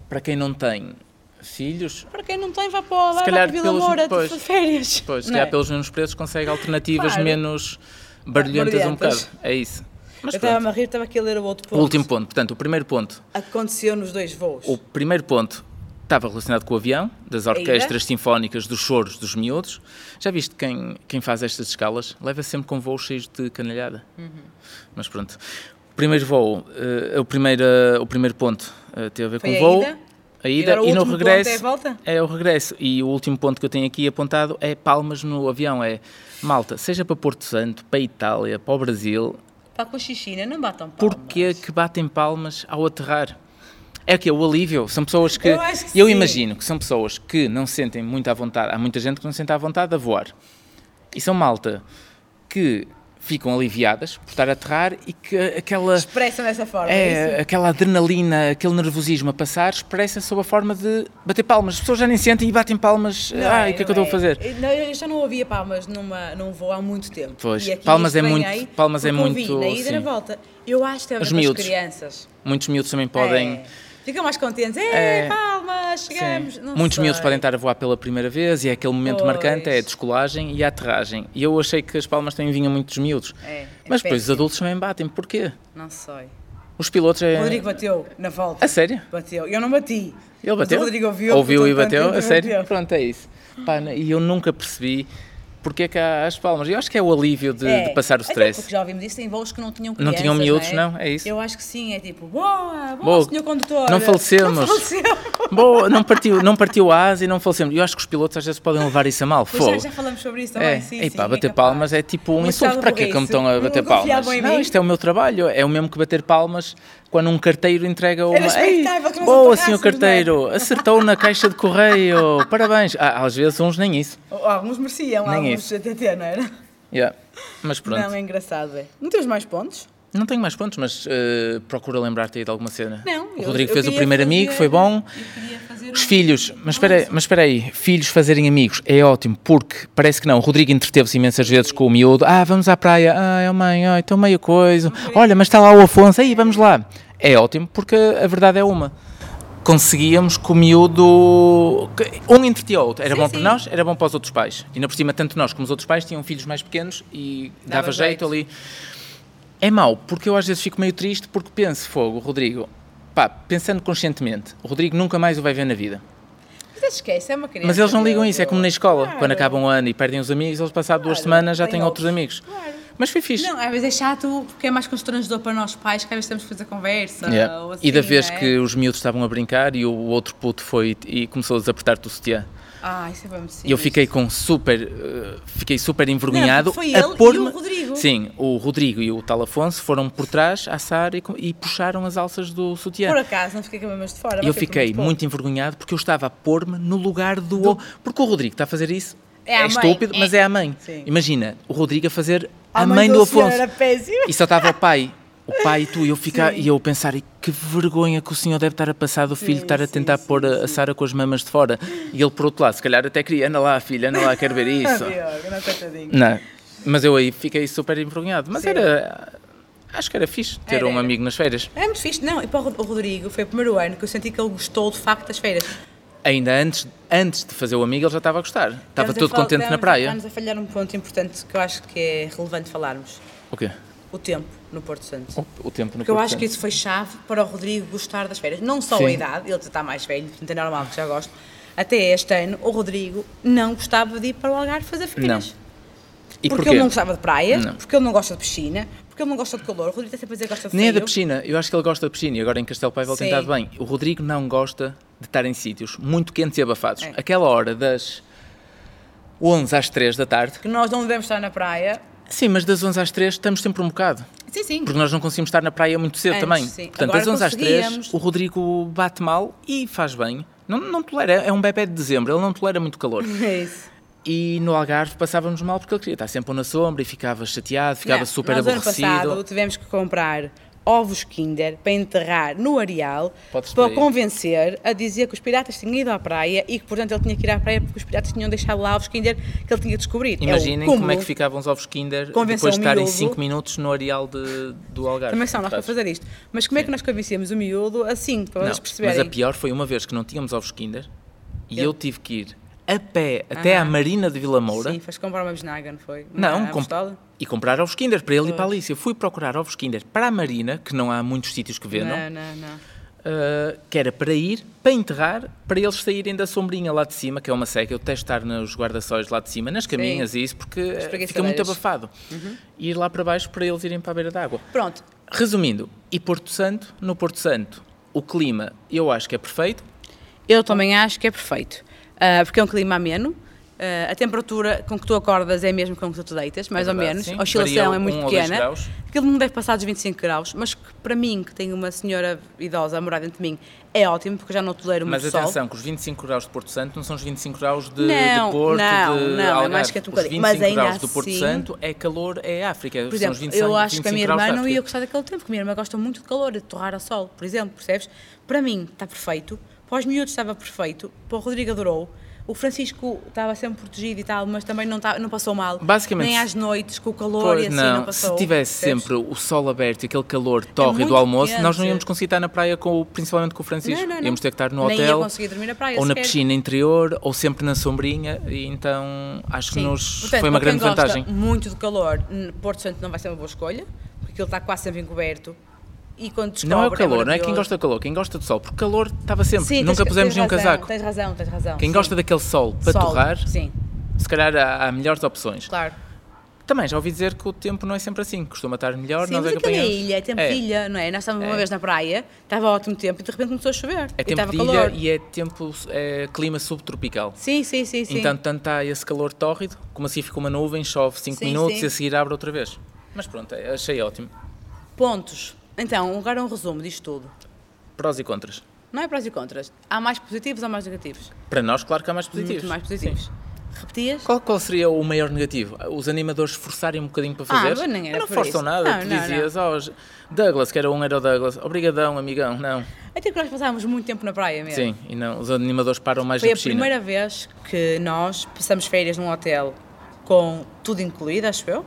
Speaker 3: para quem não tem filhos,
Speaker 2: Para quem não tem, vá para o Algarve,
Speaker 3: calhar
Speaker 2: para Vila
Speaker 3: pelos-
Speaker 2: Moura, tipo,
Speaker 3: pois.
Speaker 2: de férias.
Speaker 3: pois, se
Speaker 2: Não é?
Speaker 3: calhar pelos mesmos preços, consegue alternativas
Speaker 2: Claro.
Speaker 3: menos barulhentas um bocado.
Speaker 2: Barulhentas.
Speaker 3: É isso. Mas
Speaker 2: eu
Speaker 3: pronto,
Speaker 2: estava-me a rir, estava aqui a ler o outro
Speaker 3: o
Speaker 2: ponto.
Speaker 3: último ponto. Portanto, o primeiro ponto.
Speaker 2: Aconteceu nos dois voos.
Speaker 3: O primeiro ponto estava relacionado com o avião, das orquestras sinfónicas, dos choros, dos miúdos. Já viste quem, quem faz estas escalas? Leva sempre com voos cheios de canalhada.
Speaker 2: Uhum.
Speaker 3: Mas pronto. O primeiro voo, eh, o, primeiro, eh, o primeiro ponto eh, teve a ver
Speaker 2: Foi
Speaker 3: com o
Speaker 2: a
Speaker 3: voo.
Speaker 2: ida?
Speaker 3: A ida
Speaker 2: agora o
Speaker 3: e no
Speaker 2: último ponto
Speaker 3: regresso.
Speaker 2: é a volta?
Speaker 3: É o regresso. E o último ponto que eu tenho aqui apontado é palmas no avião. É malta, seja para Porto Santo, para a Itália, para o Brasil,
Speaker 2: Pá, com xixina, não batam palmas.
Speaker 3: Porquê que batem palmas ao aterrar? É o quê? O alívio? São pessoas que.
Speaker 2: Eu acho que
Speaker 3: eu
Speaker 2: sim.
Speaker 3: imagino que são pessoas que não se sentem muito à vontade. Há muita gente que não se sente à vontade a voar. E são malta que ficam aliviadas por estar a aterrar e que aquela.
Speaker 2: Expressam dessa forma, é,
Speaker 3: É,
Speaker 2: isso?
Speaker 3: aquela adrenalina, aquele nervosismo a passar, expressa sob a forma de bater palmas. As pessoas já nem sentem e batem palmas.
Speaker 2: Não
Speaker 3: Ai, o que é que eu estou
Speaker 2: não
Speaker 3: a fazer?
Speaker 2: Não, eu já não ouvia palmas numa, num voo há muito tempo.
Speaker 3: Pois,
Speaker 2: E aqui
Speaker 3: palmas é muito-
Speaker 2: estranhei,
Speaker 3: palmas é
Speaker 2: porque ouvi
Speaker 3: muito,
Speaker 2: Na ida e na
Speaker 3: sim.
Speaker 2: volta. Eu acho que
Speaker 3: Os
Speaker 2: deve
Speaker 3: miúdos.
Speaker 2: as crianças.
Speaker 3: Muitos miúdos também podem.
Speaker 2: É. Ficam mais contentes. É,
Speaker 3: É.
Speaker 2: palmas,
Speaker 3: Sim.
Speaker 2: chegamos. Não
Speaker 3: Muitos
Speaker 2: sei.
Speaker 3: miúdos podem estar a voar pela primeira vez e é aquele momento
Speaker 2: Pois.
Speaker 3: marcante, é a descolagem e a aterragem. E eu achei que as palmas também vinham muito dos miúdos.
Speaker 2: É, é
Speaker 3: Mas depois os
Speaker 2: péssimo.
Speaker 3: adultos também batem. Porquê?
Speaker 2: Não sei.
Speaker 3: Os pilotos é...
Speaker 2: O Rodrigo bateu na volta.
Speaker 3: A sério?
Speaker 2: Bateu. Eu não bati.
Speaker 3: Ele
Speaker 2: Mas
Speaker 3: bateu?
Speaker 2: O Rodrigo ouviu. portanto,
Speaker 3: e bateu?
Speaker 2: ele
Speaker 3: A sério?
Speaker 2: bateu.
Speaker 3: Pronto, é isso. Pá, n- e eu nunca percebi porque é que há as palmas. Eu acho que é o alívio de,
Speaker 2: É.
Speaker 3: de passar o
Speaker 2: Até
Speaker 3: stress.
Speaker 2: Porque já ouvimos isso em voos que não tinham
Speaker 3: Não
Speaker 2: crianças,
Speaker 3: tinham miúdos,
Speaker 2: não é?
Speaker 3: não, é isso.
Speaker 2: Eu acho que sim, é tipo, boa, boa,
Speaker 3: Boa,
Speaker 2: senhor condutor.
Speaker 3: não falecemos.
Speaker 2: Não falecemos.
Speaker 3: Bom, não partiu, não partiu a asa e não falecemos. Eu acho que os pilotos às vezes podem levar isso a mal.
Speaker 2: Pois é, já,
Speaker 3: Fogo.
Speaker 2: já falamos sobre isso também,
Speaker 3: É,
Speaker 2: sim,
Speaker 3: e
Speaker 2: sim,
Speaker 3: pá,
Speaker 2: é
Speaker 3: bater
Speaker 2: capaz.
Speaker 3: palmas é tipo um
Speaker 2: Mas
Speaker 3: insulto.
Speaker 2: sabe
Speaker 3: Para quê
Speaker 2: porquê
Speaker 3: que me
Speaker 2: isso?
Speaker 3: estão a
Speaker 2: Não
Speaker 3: bater palmas?
Speaker 2: confiavam em
Speaker 3: Não,
Speaker 2: mim?
Speaker 3: isto é o meu trabalho. É o mesmo que bater palmas quando um carteiro entrega uma.
Speaker 2: expectável que nós
Speaker 3: boa,
Speaker 2: aterrássemos,
Speaker 3: senhor carteiro, acertou na caixa de correio. Parabéns. Ah, às vezes uns nem isso.
Speaker 2: Ou Alguns mereciam,
Speaker 3: Nem
Speaker 2: alguns
Speaker 3: isso.
Speaker 2: até até, não é? era?
Speaker 3: Yeah. Mas pronto.
Speaker 2: é- Não, é engraçado, é. Não temos mais pontos?
Speaker 3: Não tenho mais pontos, mas eh, procura lembrar-te aí de alguma cena.
Speaker 2: Não,
Speaker 3: o
Speaker 2: eu-
Speaker 3: Rodrigo
Speaker 2: eu
Speaker 3: fez o
Speaker 2: queria
Speaker 3: primeiro
Speaker 2: fazer- um-
Speaker 3: amigo, foi bom.
Speaker 2: Eu queria fazer
Speaker 3: Os
Speaker 2: um-
Speaker 3: filhos, mas espera, aí- mas espera aí, filhos fazerem amigos é ótimo, porque parece que não. O Rodrigo entreteve-se imensas vezes com o miúdo. Ah, vamos à praia. Ah, mãe, ai, estou meio coisa. Olha, mas está lá o Afonso, aí vamos lá. É ótimo, porque a verdade é uma. Conseguíamos que o miúdo. que Um entretia o outro. Era
Speaker 2: Sim,
Speaker 3: bom para
Speaker 2: sim.
Speaker 3: nós, era bom para os outros pais. E ainda por cima, tanto nós como os outros pais tinham filhos mais pequenos e dava,
Speaker 2: Dava
Speaker 3: jeito
Speaker 2: jeito.
Speaker 3: ali é mau, porque eu às vezes fico meio triste porque penso, fogo, Rodrigo, pá, pensando conscientemente, o Rodrigo nunca mais o vai ver na vida.
Speaker 2: Mas esquece, é uma criança.
Speaker 3: Mas eles não ligam
Speaker 2: meu,
Speaker 3: isso, é
Speaker 2: meu.
Speaker 3: como na escola,
Speaker 2: Claro.
Speaker 3: quando acabam o ano e perdem os amigos, eles passado duas
Speaker 2: Claro,
Speaker 3: semanas já
Speaker 2: têm
Speaker 3: têm outros amigos.
Speaker 2: Claro.
Speaker 3: Mas foi fixe.
Speaker 2: Não, às vezes é chato porque é mais constrangedor para nós pais que às vezes temos que fazer conversa.
Speaker 3: Yeah.
Speaker 2: Ou assim,
Speaker 3: e da vez
Speaker 2: não é?
Speaker 3: que os miúdos estavam a brincar e o outro puto foi e começou a desapertar-te o sutiã.
Speaker 2: Ah, isso é bem
Speaker 3: E eu fiquei com super, eh, fiquei super envergonhado.
Speaker 2: Não, foi
Speaker 3: a
Speaker 2: ele e o
Speaker 3: pôr-me-
Speaker 2: Rodrigo.
Speaker 3: Sim, o Rodrigo e o tal Afonso foram por trás à Sara e, co- e puxaram as alças do sutiã.
Speaker 2: Por acaso, não fiquei com mesmo de fora.
Speaker 3: Eu
Speaker 2: mas foi por
Speaker 3: fiquei
Speaker 2: pouco.
Speaker 3: muito envergonhado porque eu estava a pôr-me no lugar do, Porque o Rodrigo está a fazer isso.
Speaker 2: É à mãe,
Speaker 3: estúpido, mas é a mãe.
Speaker 2: Sim.
Speaker 3: Imagina, o Rodrigo a fazer a,
Speaker 2: Ah,
Speaker 3: mãe,
Speaker 2: mas
Speaker 3: do
Speaker 2: o senhor
Speaker 3: Afonso.
Speaker 2: Era péssimo.
Speaker 3: E só estava o pai. O pai e tu. E eu, ficar, e eu pensar, "E que vergonha que o senhor deve estar a passar do filho, estar a
Speaker 2: sim,
Speaker 3: tentar pôr a, a Sara com as mamas de fora. E ele, por outro lado, se calhar até queria, anda lá, filha, anda lá, quero ver isso.
Speaker 2: Diogo, não coitadinho.
Speaker 3: Não, é? mas eu aí fiquei super envergonhado. Mas
Speaker 2: Sim.
Speaker 3: era. Acho que era fixe ter
Speaker 2: Era,
Speaker 3: um
Speaker 2: era.
Speaker 3: amigo nas feiras.
Speaker 2: É muito fixe, não. E para o Rod- o Rodrigo foi o primeiro ano que eu senti que ele gostou de facto das feiras.
Speaker 3: Ainda antes, antes de fazer o amigo, ele já estava a gostar. Estava
Speaker 2: Estamos a
Speaker 3: todo
Speaker 2: fal-
Speaker 3: contente na
Speaker 2: estamos a-
Speaker 3: praia.
Speaker 2: Estamos a falhar um ponto importante que eu acho que é relevante falarmos:
Speaker 3: O quê?
Speaker 2: o tempo no Porto Santo.
Speaker 3: O, o tempo no
Speaker 2: Porque eu
Speaker 3: Porto
Speaker 2: acho que
Speaker 3: Santo.
Speaker 2: isso foi chave para o Rodrigo gostar das férias. Não só
Speaker 3: Sim.
Speaker 2: a idade, ele já está mais velho, portanto é normal que já goste. Até este ano, o Rodrigo não gostava de ir para o Algarve fazer férias.
Speaker 3: E
Speaker 2: porque
Speaker 3: porquê?
Speaker 2: ele não gostava de praia,
Speaker 3: Não.
Speaker 2: porque ele não gosta de piscina, porque ele não gosta de calor. O Rodrigo está sempre a dizer que gosta de
Speaker 3: Nem é da
Speaker 2: frio.
Speaker 3: piscina. Eu acho que ele gosta da piscina e agora em Castelo Paiva ele tem
Speaker 2: Sim.
Speaker 3: estado bem. O Rodrigo não gosta de estar em sítios muito quentes e abafados.
Speaker 2: É.
Speaker 3: Aquela hora das 11 às 3 da tarde.
Speaker 2: Que nós não devemos estar na praia.
Speaker 3: Sim, mas das 11 às 3 estamos sempre um bocado.
Speaker 2: Sim, sim.
Speaker 3: Porque nós não conseguimos estar na praia muito cedo
Speaker 2: Antes,
Speaker 3: também.
Speaker 2: sim.
Speaker 3: Portanto,
Speaker 2: Agora
Speaker 3: das 11 às 3
Speaker 2: conseguíamos.
Speaker 3: o Rodrigo bate mal e faz bem. Não, não tolera, é um bebé de dezembro, ele não tolera muito calor.
Speaker 2: É isso.
Speaker 3: E no Algarve passávamos mal porque ele queria estar sempre na sombra e ficava chateado, ficava
Speaker 2: Não,
Speaker 3: super
Speaker 2: nós,
Speaker 3: aborrecido.
Speaker 2: Ano passado é tivemos que comprar ovos Kinder para enterrar no areal
Speaker 3: Podes
Speaker 2: para
Speaker 3: por aí.
Speaker 2: convencer a dizer que os piratas tinham ido à praia e que, portanto, ele tinha que ir à praia porque os piratas tinham deixado lá ovos Kinder que ele tinha que descobrir. É o
Speaker 3: Imaginem como é
Speaker 2: cúmulo.
Speaker 3: que ficavam os ovos Kinder
Speaker 2: Convenção
Speaker 3: depois de estarem
Speaker 2: miúdo.
Speaker 3: 5 minutos no areal de, do Algarve.
Speaker 2: Também são nós para
Speaker 3: Sabes?
Speaker 2: fazer isto. Mas como é que nós convencemos o miúdo assim, para
Speaker 3: Não,
Speaker 2: eles
Speaker 3: mas
Speaker 2: perceberem?
Speaker 3: a pior foi uma vez que não tínhamos ovos Kinder e eu, tive que ir a pé até à
Speaker 2: Aham.
Speaker 3: Marina de Vila Moura.
Speaker 2: Sim, foste comprar uma bisnaga, não foi? Uma
Speaker 3: Não, comp-
Speaker 2: pistola?
Speaker 3: e comprar ovos Kinder para ele e para a Alice. Eu fui procurar ovos Kinder para a Marina, que não há muitos sítios que vendam,
Speaker 2: Não, é? não, não.
Speaker 3: uh, que era para ir, para enterrar, para eles saírem da sombrinha lá de cima, que é uma seca. Eu detesto estar nos guarda-sóis lá de cima, nas caminhas e isso, porque eh, fica muito
Speaker 2: preguiçadeiras. Uhum.
Speaker 3: abafado. E ir lá para baixo para eles irem para a beira d'água.
Speaker 2: Pronto,
Speaker 3: Resumindo, e Porto Santo? No Porto Santo, o clima eu acho que é perfeito.
Speaker 2: Eu também acho que é perfeito, ah, porque é um clima ameno. ah, a temperatura com que tu acordas é a mesma com que tu te deitas, mais
Speaker 3: É
Speaker 2: ou
Speaker 3: verdade,
Speaker 2: menos.
Speaker 3: sim.
Speaker 2: A oscilação
Speaker 3: Varia
Speaker 2: é muito
Speaker 3: um ou dois
Speaker 2: pequena.
Speaker 3: graus.
Speaker 2: Aquilo não deve passar dos 25 graus, mas que para mim, que tenho uma senhora idosa a morar dentro de mim, é ótimo, porque eu já não tolero muito
Speaker 3: Mas
Speaker 2: sol.
Speaker 3: atenção, que os 25 graus de Porto Santo não são os 25 graus de,
Speaker 2: Não,
Speaker 3: de Porto,
Speaker 2: não,
Speaker 3: de
Speaker 2: não, é
Speaker 3: Algarve.
Speaker 2: mais quente um
Speaker 3: os
Speaker 2: bocadinho.
Speaker 3: 25
Speaker 2: Mas ainda
Speaker 3: graus do Porto
Speaker 2: assim-
Speaker 3: Santo é calor, é África.
Speaker 2: Por
Speaker 3: são os
Speaker 2: exemplo,
Speaker 3: 25,
Speaker 2: eu acho que a minha
Speaker 3: 25
Speaker 2: irmã
Speaker 3: graus é- de
Speaker 2: não
Speaker 3: África.
Speaker 2: ia gostar daquele tempo, porque a minha irmã gosta muito de calor, de torrar a sol, por exemplo, percebes? Para mim está perfeito, para os miúdos estava perfeito, para o Rodrigo adorou, o Francisco estava sempre protegido e tal, mas também não, tá- não passou mal.
Speaker 3: Basicamente,
Speaker 2: Nem às noites, com o calor
Speaker 3: Pois
Speaker 2: e assim não,
Speaker 3: não,
Speaker 2: passou.
Speaker 3: se tivesse
Speaker 2: percebes?
Speaker 3: sempre o sol aberto e aquele calor torre do
Speaker 2: muito
Speaker 3: almoço, nós não
Speaker 2: quente.
Speaker 3: íamos conseguir estar na praia, com, o- principalmente com o Francisco.
Speaker 2: Não, não, não.
Speaker 3: Íamos ter que estar no
Speaker 2: Nem ia
Speaker 3: hotel,
Speaker 2: conseguir dormir na praia
Speaker 3: ou na
Speaker 2: sequer.
Speaker 3: piscina interior, ou sempre na sombrinha, e então acho que
Speaker 2: Sim.
Speaker 3: nos
Speaker 2: Portanto,
Speaker 3: foi uma
Speaker 2: para quem
Speaker 3: grande
Speaker 2: gosta
Speaker 3: vantagem.
Speaker 2: muito de calor, n- Porto Santo não vai ser uma boa escolha, porque ele está quase sempre encoberto. E quando descobre,
Speaker 3: Não é o calor, não é quem
Speaker 2: maravilhoso.
Speaker 3: gosta do calor, quem gosta do sol, porque calor estava sempre,
Speaker 2: Sim,
Speaker 3: nunca
Speaker 2: tens-
Speaker 3: pusemos
Speaker 2: tens
Speaker 3: nenhum
Speaker 2: razão,
Speaker 3: casaco.
Speaker 2: Tens razão, tens razão.
Speaker 3: Quem
Speaker 2: sim.
Speaker 3: gosta daquele sol para
Speaker 2: Sol,
Speaker 3: torrar,
Speaker 2: Sim,
Speaker 3: se calhar há, há melhores opções.
Speaker 2: claro.
Speaker 3: Também já ouvi dizer que o tempo não é sempre assim, costuma estar melhor,
Speaker 2: Sim,
Speaker 3: nós
Speaker 2: mas
Speaker 3: é que
Speaker 2: aquilo é
Speaker 3: apanhamos.
Speaker 2: ilha, é tempo
Speaker 3: É.
Speaker 2: de ilha, não é? Nós estávamos uma vez na praia, estava ótimo tempo e de repente começou a chover.
Speaker 3: É
Speaker 2: e
Speaker 3: tempo
Speaker 2: estava
Speaker 3: de
Speaker 2: calor.
Speaker 3: ilha e é tempo, é clima subtropical.
Speaker 2: Sim, sim, sim, sim.
Speaker 3: Então, tanto há esse calor tórrido, como assim fica uma nuvem, chove 5
Speaker 2: Sim,
Speaker 3: minutos
Speaker 2: sim.
Speaker 3: e a seguir abre outra vez. Mas pronto, é- achei ótimo.
Speaker 2: Pontos. Então, agora um resumo disto tudo.
Speaker 3: Prós e contras.
Speaker 2: Não é prós e contras. Há mais positivos ou mais negativos?
Speaker 3: Para nós, claro que há mais positivos.
Speaker 2: Muito mais positivos. Repetias?
Speaker 3: Qual, qual seria o maior negativo? Os animadores forçarem um bocadinho para fazer?
Speaker 2: Ah, mas nem era
Speaker 3: não
Speaker 2: por
Speaker 3: forçam
Speaker 2: isso.
Speaker 3: nada,
Speaker 2: Não,
Speaker 3: tu
Speaker 2: não,
Speaker 3: dizias, ó, Douglas, que era um, era o Douglas, obrigadão, amigão, não.
Speaker 2: Até que nós passávamos muito tempo na praia mesmo.
Speaker 3: Sim, e não, os animadores param
Speaker 2: É.
Speaker 3: mais
Speaker 2: Foi
Speaker 3: na
Speaker 2: a
Speaker 3: piscina.
Speaker 2: primeira vez que nós passamos férias num hotel com tudo incluído, acho eu.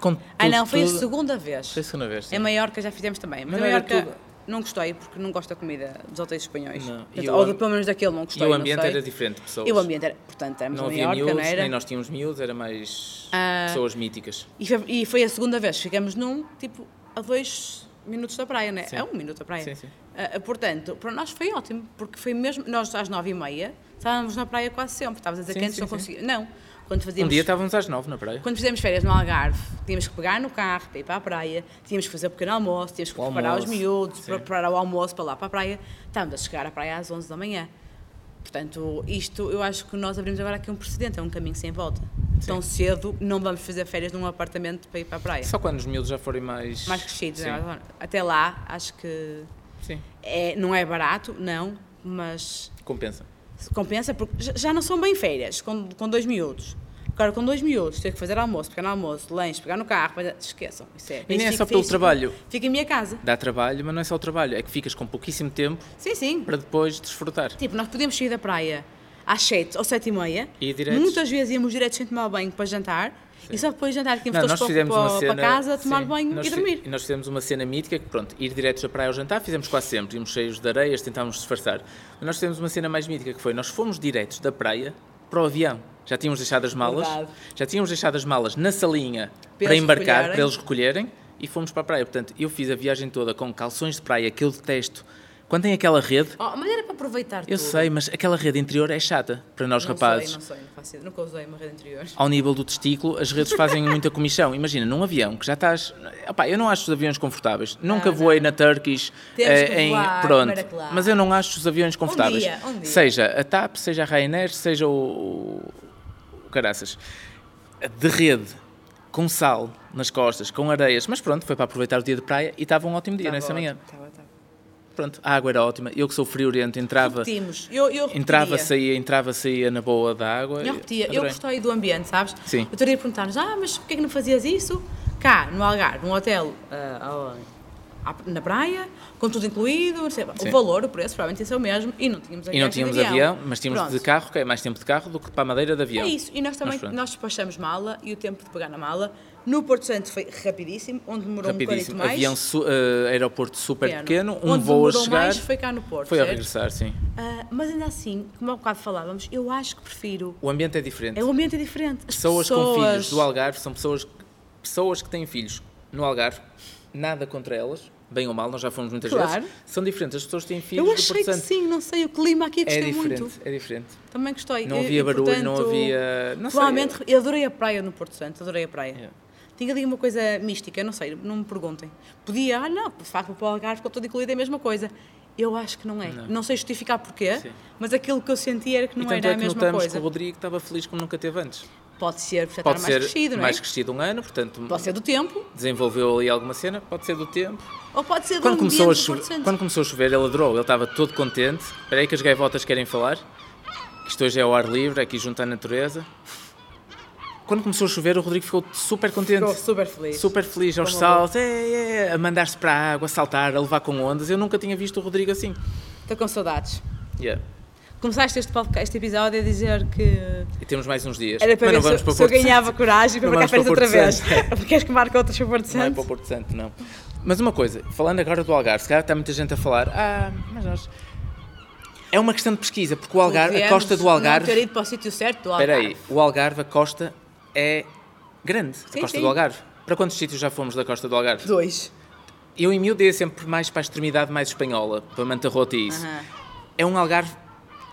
Speaker 3: Com
Speaker 2: ah,
Speaker 3: tudo,
Speaker 2: não, foi
Speaker 3: tudo-
Speaker 2: a segunda vez.
Speaker 3: Foi a segunda vez. sim.
Speaker 2: Em Maiorca já fizemos também, mas, em
Speaker 3: Mas não é era
Speaker 2: Maiorca
Speaker 3: tudo-
Speaker 2: não gostei porque não gosto da comida dos hotéis espanhóis.
Speaker 3: Não, e
Speaker 2: Portanto,
Speaker 3: o
Speaker 2: ou
Speaker 3: am-
Speaker 2: do- pelo menos daquele não
Speaker 3: E
Speaker 2: gostei.
Speaker 3: o
Speaker 2: não
Speaker 3: ambiente
Speaker 2: sei.
Speaker 3: era diferente, pessoas.
Speaker 2: E o ambiente era, portanto, éramos
Speaker 3: Não
Speaker 2: em
Speaker 3: havia
Speaker 2: Maiorca,
Speaker 3: miúdos,
Speaker 2: não era?
Speaker 3: nem nós tínhamos miúdos, era mais
Speaker 2: Ah.
Speaker 3: pessoas míticas. Um
Speaker 2: E foi, e foi a segunda vez que ficamos num, tipo, a dois minutos da praia, não é?
Speaker 3: Sim.
Speaker 2: A um minuto da praia.
Speaker 3: Sim, sim.
Speaker 2: Ah, portanto, para nós foi ótimo, porque foi mesmo, nós às nove e meia estávamos na praia quase sempre, estavas a dizer
Speaker 3: Sim,
Speaker 2: que antes
Speaker 3: sim,
Speaker 2: não
Speaker 3: sim.
Speaker 2: conseguia. Não, quando
Speaker 3: Um
Speaker 2: fazíamos
Speaker 3: dia estávamos às nove na praia.
Speaker 2: Quando fizemos férias no Algarve, tínhamos que pegar no carro para ir para a praia, tínhamos que fazer um pequeno almoço, tínhamos que
Speaker 3: O
Speaker 2: preparar
Speaker 3: almoço,
Speaker 2: os miúdos,
Speaker 3: sim.
Speaker 2: preparar o almoço para lá para a praia. Estávamos a chegar à praia às 11 da manhã. Portanto, isto eu acho que nós abrimos agora aqui um precedente, é um caminho sem volta. Tão cedo não vamos fazer férias num apartamento para ir para a praia.
Speaker 3: Só quando os miúdos já forem mais.
Speaker 2: Mais crescidos,
Speaker 3: sim.
Speaker 2: não é? Agora, até lá acho que
Speaker 3: Sim,
Speaker 2: é- não é barato, não, mas
Speaker 3: compensa.
Speaker 2: se compensa porque já- já não são bem férias com, com dois miúdos. Agora, com dois miúdos, ter que fazer almoço, pegar no almoço, lanche, pegar no carro, mas, esqueçam. Isso é,
Speaker 3: E nem é
Speaker 2: isso
Speaker 3: só
Speaker 2: fica-
Speaker 3: pelo
Speaker 2: isso
Speaker 3: trabalho.
Speaker 2: Fica, fica em minha casa.
Speaker 3: Dá trabalho, mas não é só o trabalho, é que ficas com pouquíssimo tempo
Speaker 2: Sim, sim.
Speaker 3: para depois desfrutar.
Speaker 2: Tipo, nós podíamos sair da praia às 7 ou 7 e meia.
Speaker 3: E diretos?
Speaker 2: Muitas vezes íamos direto sem tomar banho para jantar. E só depois de jantar que íamos
Speaker 3: Não,
Speaker 2: todos para, para- para casa, tomar
Speaker 3: sim,
Speaker 2: banho
Speaker 3: nós
Speaker 2: e
Speaker 3: fi-
Speaker 2: dormir.
Speaker 3: Nós fizemos uma cena mítica que, pronto, ir direto da praia ao jantar, fizemos quase sempre, íamos cheios de areias, tentámos disfarçar. Mas nós fizemos uma cena mais mítica que foi: nós fomos diretos da praia para o avião. Já tínhamos deixado as malas,
Speaker 2: Verdade.
Speaker 3: já tínhamos deixado as malas na salinha para,
Speaker 2: eles
Speaker 3: embarcar,
Speaker 2: recolherem.
Speaker 3: para eles recolherem e fomos para a praia. Portanto, eu fiz a viagem toda com calções de praia que eu detesto. Quando tem aquela rede,
Speaker 2: Oh, mas era para aproveitar
Speaker 3: eu
Speaker 2: tudo.
Speaker 3: sei, mas aquela rede interior é chata para nós
Speaker 2: Não
Speaker 3: rapazes
Speaker 2: sei, não sei, não faço ideia. Nunca usei uma rede anterior.
Speaker 3: ao nível do testículo, as redes fazem muita comissão. Imagina, num avião que já estás. Opá, eu não acho os aviões confortáveis. Nunca voei na Turkish.
Speaker 2: Temos
Speaker 3: eh,
Speaker 2: que
Speaker 3: em,
Speaker 2: voar,
Speaker 3: pronto,
Speaker 2: primeira classe.
Speaker 3: mas eu não acho os aviões confortáveis.
Speaker 2: dia, um dia.
Speaker 3: Seja a TAP, seja a Ryanair, seja o. o caraças. De rede, com sal nas costas, com areias. Mas pronto, foi para aproveitar o dia de praia e estava um ótimo dia nessa
Speaker 2: Estava
Speaker 3: manhã.
Speaker 2: Tá ótimo, estava, estava.
Speaker 3: Pronto, a água era ótima. Eu que sou friorento, entrava.
Speaker 2: Repetimos. Eu, eu
Speaker 3: Entrava,
Speaker 2: repetia.
Speaker 3: saía, entrava, saía na boa da água.
Speaker 2: Eu repetia, eu
Speaker 3: Adorei.
Speaker 2: gostei do ambiente, sabes?
Speaker 3: Sim.
Speaker 2: Eu teria a perguntar-nos, ah, mas porquê é que não fazias isso? Cá, no Algarve, num hotel ah, ao- à- na praia, com tudo incluído, não sei,
Speaker 3: Sim.
Speaker 2: o valor, o preço, provavelmente ia ser o mesmo, e não tínhamos
Speaker 3: E
Speaker 2: avião.
Speaker 3: não tínhamos avião, mas tínhamos de carro, que é mais tempo de carro do que para a madeira de avião.
Speaker 2: É isso, e nós também
Speaker 3: Mas pronto.
Speaker 2: nós despachamos mala e o tempo de pegar na mala. No Porto Santo foi rapidíssimo, onde demorou um
Speaker 3: Rapidíssimo.
Speaker 2: bocadinho mais.
Speaker 3: avião su- eh, aeroporto super pequeno, um
Speaker 2: onde
Speaker 3: voo a
Speaker 2: demorou
Speaker 3: chegar.
Speaker 2: mais foi cá no Porto.
Speaker 3: Foi a
Speaker 2: certo?
Speaker 3: regressar, sim.
Speaker 2: Ah, mas ainda assim, como há bocado falávamos, eu acho que prefiro.
Speaker 3: O ambiente é diferente.
Speaker 2: É, o ambiente é diferente. As
Speaker 3: pessoas, com filhos
Speaker 2: pessoas-
Speaker 3: do Algarve são pessoas, pessoas que têm filhos no Algarve, nada contra elas, bem ou mal, nós já fomos muitas
Speaker 2: Claro.
Speaker 3: vezes. São diferentes, as pessoas que têm filhos
Speaker 2: Eu
Speaker 3: do
Speaker 2: achei
Speaker 3: Porto
Speaker 2: que
Speaker 3: Santo.
Speaker 2: sim, não sei, o clima aqui
Speaker 3: É
Speaker 2: gostei
Speaker 3: diferente,
Speaker 2: muito.
Speaker 3: é diferente.
Speaker 2: Também gostei.
Speaker 3: Não
Speaker 2: E-
Speaker 3: havia
Speaker 2: e,
Speaker 3: barulho, não
Speaker 2: portanto,
Speaker 3: havia. Não sei.
Speaker 2: provavelmente, eu adorei a praia no Porto Santo, adorei a praia.
Speaker 3: Yeah.
Speaker 2: Tinha ali uma coisa mística, não sei, não me perguntem. Podia, ah não, de facto para o Algarve com tudo incluído é a mesma coisa. Eu acho que não é. Não, sei justificar porquê,
Speaker 3: Sim.
Speaker 2: mas aquilo que eu senti era que
Speaker 3: E
Speaker 2: não
Speaker 3: tanto
Speaker 2: era
Speaker 3: é
Speaker 2: a
Speaker 3: que
Speaker 2: mesma
Speaker 3: notamos que
Speaker 2: coisa.
Speaker 3: o Rodrigo estava feliz como nunca teve antes.
Speaker 2: Pode ser, por estar
Speaker 3: Pode
Speaker 2: mais
Speaker 3: ser
Speaker 2: crescido, não é?
Speaker 3: mais crescido um ano, portanto,
Speaker 2: Pode ser do tempo,
Speaker 3: desenvolveu ali alguma cena, pode ser do tempo.
Speaker 2: ou pode ser do
Speaker 3: Quando
Speaker 2: ambiente
Speaker 3: começou, a
Speaker 2: do
Speaker 3: chover,
Speaker 2: Porto Santo.
Speaker 3: quando começou a chover, ele adorou, ele estava todo contente. Espera aí que as gaivotas querem falar, que isto hoje é ao ar livre, aqui junto à natureza. Quando começou a chover, o Rodrigo ficou super contente.
Speaker 2: Ficou super feliz.
Speaker 3: Super feliz aos
Speaker 2: Como
Speaker 3: saltos, é, é, a mandar-se para a água, a saltar, a levar com ondas. Eu nunca tinha visto o Rodrigo assim.
Speaker 2: Estou com saudades.
Speaker 3: Yeah.
Speaker 2: Começaste este, podcast, este episódio a dizer que
Speaker 3: E temos mais uns dias.
Speaker 2: Era para
Speaker 3: Mas não
Speaker 2: ver
Speaker 3: vamos
Speaker 2: se,
Speaker 3: para
Speaker 2: se eu
Speaker 3: Porto Santo.
Speaker 2: ganhava coragem para
Speaker 3: Não
Speaker 2: marcar
Speaker 3: vamos
Speaker 2: férias
Speaker 3: para
Speaker 2: outra
Speaker 3: Porto
Speaker 2: vez.
Speaker 3: Santo.
Speaker 2: Queres que marque outras para Porto
Speaker 3: Não é para
Speaker 2: Santo?
Speaker 3: o Porto Santo, não. Mas uma coisa, falando agora do Algarve, se calhar está muita gente a falar, ah, mas nós. É uma questão de pesquisa, porque o Algarve, a
Speaker 2: Podemos
Speaker 3: costa do Algarve.
Speaker 2: Não ter ido para o sítio certo do Algarve.
Speaker 3: Espera aí, o Algarve, a costa é grande, a
Speaker 2: Sim,
Speaker 3: costa
Speaker 2: sim.
Speaker 3: do Algarve. Para quantos sítios já fomos da costa do Algarve?
Speaker 2: Dois.
Speaker 3: Eu em miúdo ia sempre mais para a extremidade mais espanhola, para Mantarrota e isso.
Speaker 2: Aham.
Speaker 3: É um Algarve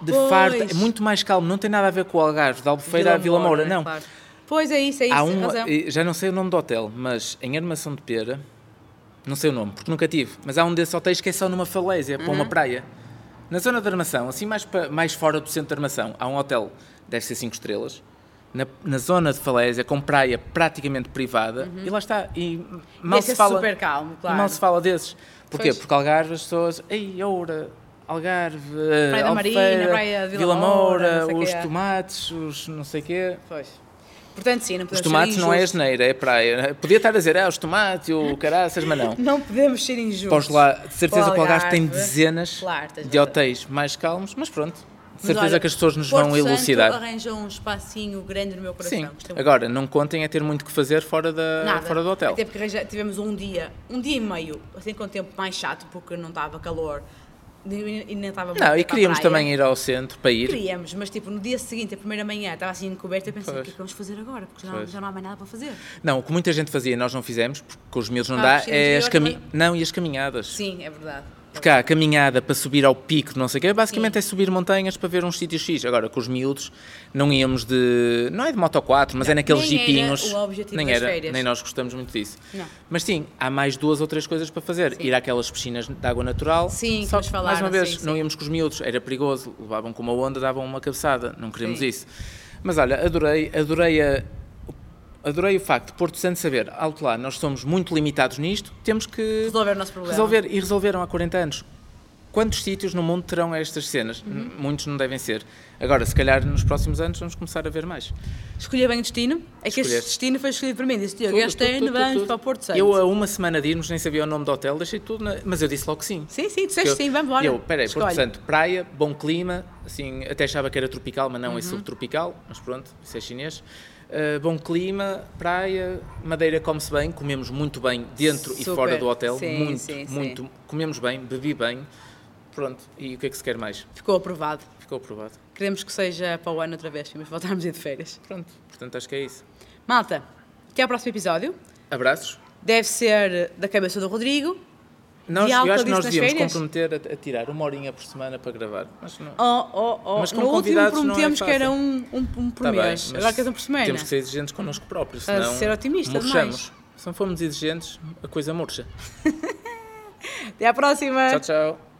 Speaker 3: de
Speaker 2: Pois.
Speaker 3: farta, é muito mais calmo, não tem nada a ver com o Algarve de Albufeira a Vila Moura,
Speaker 2: é?
Speaker 3: não.
Speaker 2: Claro. Pois é isso, é isso,
Speaker 3: Há
Speaker 2: tem
Speaker 3: um,
Speaker 2: razão.
Speaker 3: eh, já não sei o nome do hotel, mas em Armação de Pera, não sei o nome, porque nunca tive, mas há um desses hotéis que é só numa falésia, para
Speaker 2: Uhum.
Speaker 3: uma praia. Na zona de Armação, assim mais, pa- mais fora do centro de Armação, há um hotel, deve ser 5 estrelas, na, na zona de falésia, com praia praticamente privada, e lá está. E mal
Speaker 2: Uhum. Deve
Speaker 3: se
Speaker 2: ser
Speaker 3: fala,
Speaker 2: super calmo, claro.
Speaker 3: mal se fala desses. Porquê?
Speaker 2: Pois.
Speaker 3: Porque Algarve as pessoas, ei, Oura, Algarve,
Speaker 2: Praia da Marinha,
Speaker 3: Albufeira,
Speaker 2: Praia de Vila
Speaker 3: Vila Moura,
Speaker 2: Moura, não sei
Speaker 3: os
Speaker 2: quê.
Speaker 3: tomates, os não sei quê.
Speaker 2: Pois. Portanto, sim, não
Speaker 3: Os
Speaker 2: podemos
Speaker 3: tomates
Speaker 2: ser
Speaker 3: não é
Speaker 2: injustos.
Speaker 3: asneira, é praia. né? Podia estar a dizer, ah, os tomates, o caraças, mas não.
Speaker 2: Não podemos ser injustos.
Speaker 3: Podes lá, de certeza que o Algarve tem
Speaker 2: Algarve.
Speaker 3: dezenas
Speaker 2: Claro, tens
Speaker 3: de
Speaker 2: razão.
Speaker 3: hotéis mais calmos, mas pronto. De
Speaker 2: Mas
Speaker 3: certeza
Speaker 2: olha,
Speaker 3: que as pessoas nos
Speaker 2: Porto
Speaker 3: vão
Speaker 2: Santo
Speaker 3: elucidar.
Speaker 2: arranjou um espacinho grande no meu coração. é
Speaker 3: Sim.
Speaker 2: Gostei muito.
Speaker 3: Agora, não contem a ter muito o que fazer fora, da,
Speaker 2: Nada.
Speaker 3: Ah, fora do hotel.
Speaker 2: Até porque arranja- tivemos um dia, um dia e meio, assim com o tempo mais chato, porque não estava calor e e nem estava muito
Speaker 3: Não,
Speaker 2: é para
Speaker 3: e
Speaker 2: a
Speaker 3: queríamos
Speaker 2: praia.
Speaker 3: também ir ao centro para ir.
Speaker 2: Queríamos, mas tipo, no dia seguinte, a primeira manhã, estava assim encoberta, eu pensei,
Speaker 3: Pois.
Speaker 2: o que é que vamos fazer agora? Porque já não,
Speaker 3: Pois.
Speaker 2: já não há mais nada para fazer.
Speaker 3: Não, o que muita gente fazia e nós não fizemos, porque com os miúdos não
Speaker 2: Ah,
Speaker 3: dá,
Speaker 2: sim,
Speaker 3: é
Speaker 2: eu
Speaker 3: as
Speaker 2: também.
Speaker 3: cami... não, e as caminhadas.
Speaker 2: Sim, é verdade.
Speaker 3: Porque há a caminhada para subir ao pico, de não sei o quê, basicamente é subir montanhas para ver uns sítios X. Agora, com os miúdos, não íamos de. Não é de Moto 4, mas é naqueles
Speaker 2: nem era
Speaker 3: jipinhos.
Speaker 2: o objetivo
Speaker 3: nem
Speaker 2: das
Speaker 3: era,
Speaker 2: férias.
Speaker 3: nem nós gostamos muito disso.
Speaker 2: Não.
Speaker 3: Mas sim, há mais duas ou três coisas para fazer. Ir àquelas piscinas de água natural.
Speaker 2: Sim, que
Speaker 3: só
Speaker 2: nos
Speaker 3: que,
Speaker 2: falaram,
Speaker 3: mais uma vez,
Speaker 2: sim, sim.
Speaker 3: não íamos com os miúdos, era perigoso, levavam com uma onda, davam uma cabeçada, não queríamos
Speaker 2: Sim.
Speaker 3: isso. Mas olha, adorei, adorei a- Adorei o facto de Porto Santo saber, alto lá, nós somos muito limitados nisto, temos que
Speaker 2: Resolver o nosso problema.
Speaker 3: resolver, e resolveram há 40 anos. Quantos sítios no mundo terão estas cenas?
Speaker 2: Uhum.
Speaker 3: N- Muitos não devem ser. Agora, se calhar nos próximos anos vamos começar a ver mais.
Speaker 2: Escolhi bem o destino. É que este
Speaker 3: Escolheste.
Speaker 2: destino foi escolhido por mim. Disse, Diogo,
Speaker 3: Tudo,
Speaker 2: este
Speaker 3: tudo,
Speaker 2: ano
Speaker 3: tudo,
Speaker 2: vamos
Speaker 3: tudo.
Speaker 2: para o Porto Santo.
Speaker 3: Eu, a uma semana de irmos, nem sabia o nome do hotel, deixei tudo, na- mas eu disse logo que sim.
Speaker 2: Sim, sim, disseste sim, vamos embora.
Speaker 3: Eu, peraí, Porto
Speaker 2: Escolhe.
Speaker 3: Santo, praia, bom clima, assim, até achava que era tropical, mas não,
Speaker 2: Uhum.
Speaker 3: é subtropical, mas pronto, isso é chinês. Uh, bom clima, praia, madeira come-se bem, comemos muito bem dentro e
Speaker 2: Super,
Speaker 3: fora do hotel,
Speaker 2: sim,
Speaker 3: muito,
Speaker 2: sim, sim.
Speaker 3: muito, comemos bem, bebi bem, pronto, e o que é que se quer mais?
Speaker 2: Ficou aprovado.
Speaker 3: Ficou aprovado.
Speaker 2: Queremos que seja para o ano outra vez, mas voltarmos a ir de férias.
Speaker 3: Pronto, portanto acho que é isso.
Speaker 2: Malta, até ao próximo episódio.
Speaker 3: Abraços.
Speaker 2: Deve ser da cabeça do Rodrigo
Speaker 3: Nós,
Speaker 2: E há
Speaker 3: eu
Speaker 2: alta
Speaker 3: acho que
Speaker 2: disso
Speaker 3: nós
Speaker 2: nas
Speaker 3: devíamos
Speaker 2: férias?
Speaker 3: comprometer a, a tirar uma horinha por semana para gravar, mas não...
Speaker 2: Oh, oh, oh.
Speaker 3: Mas com
Speaker 2: no último
Speaker 3: convidados não é
Speaker 2: prometemos que era
Speaker 3: fácil.
Speaker 2: um, um, um por
Speaker 3: Tá bem,
Speaker 2: mês.
Speaker 3: mas
Speaker 2: Agora queres um por semana.
Speaker 3: Temos que ser exigentes connosco próprios,
Speaker 2: Ah,
Speaker 3: senão
Speaker 2: ser otimista
Speaker 3: murchamos. Se não formos exigentes, a coisa murcha.
Speaker 2: Até à próxima.
Speaker 3: Tchau, tchau.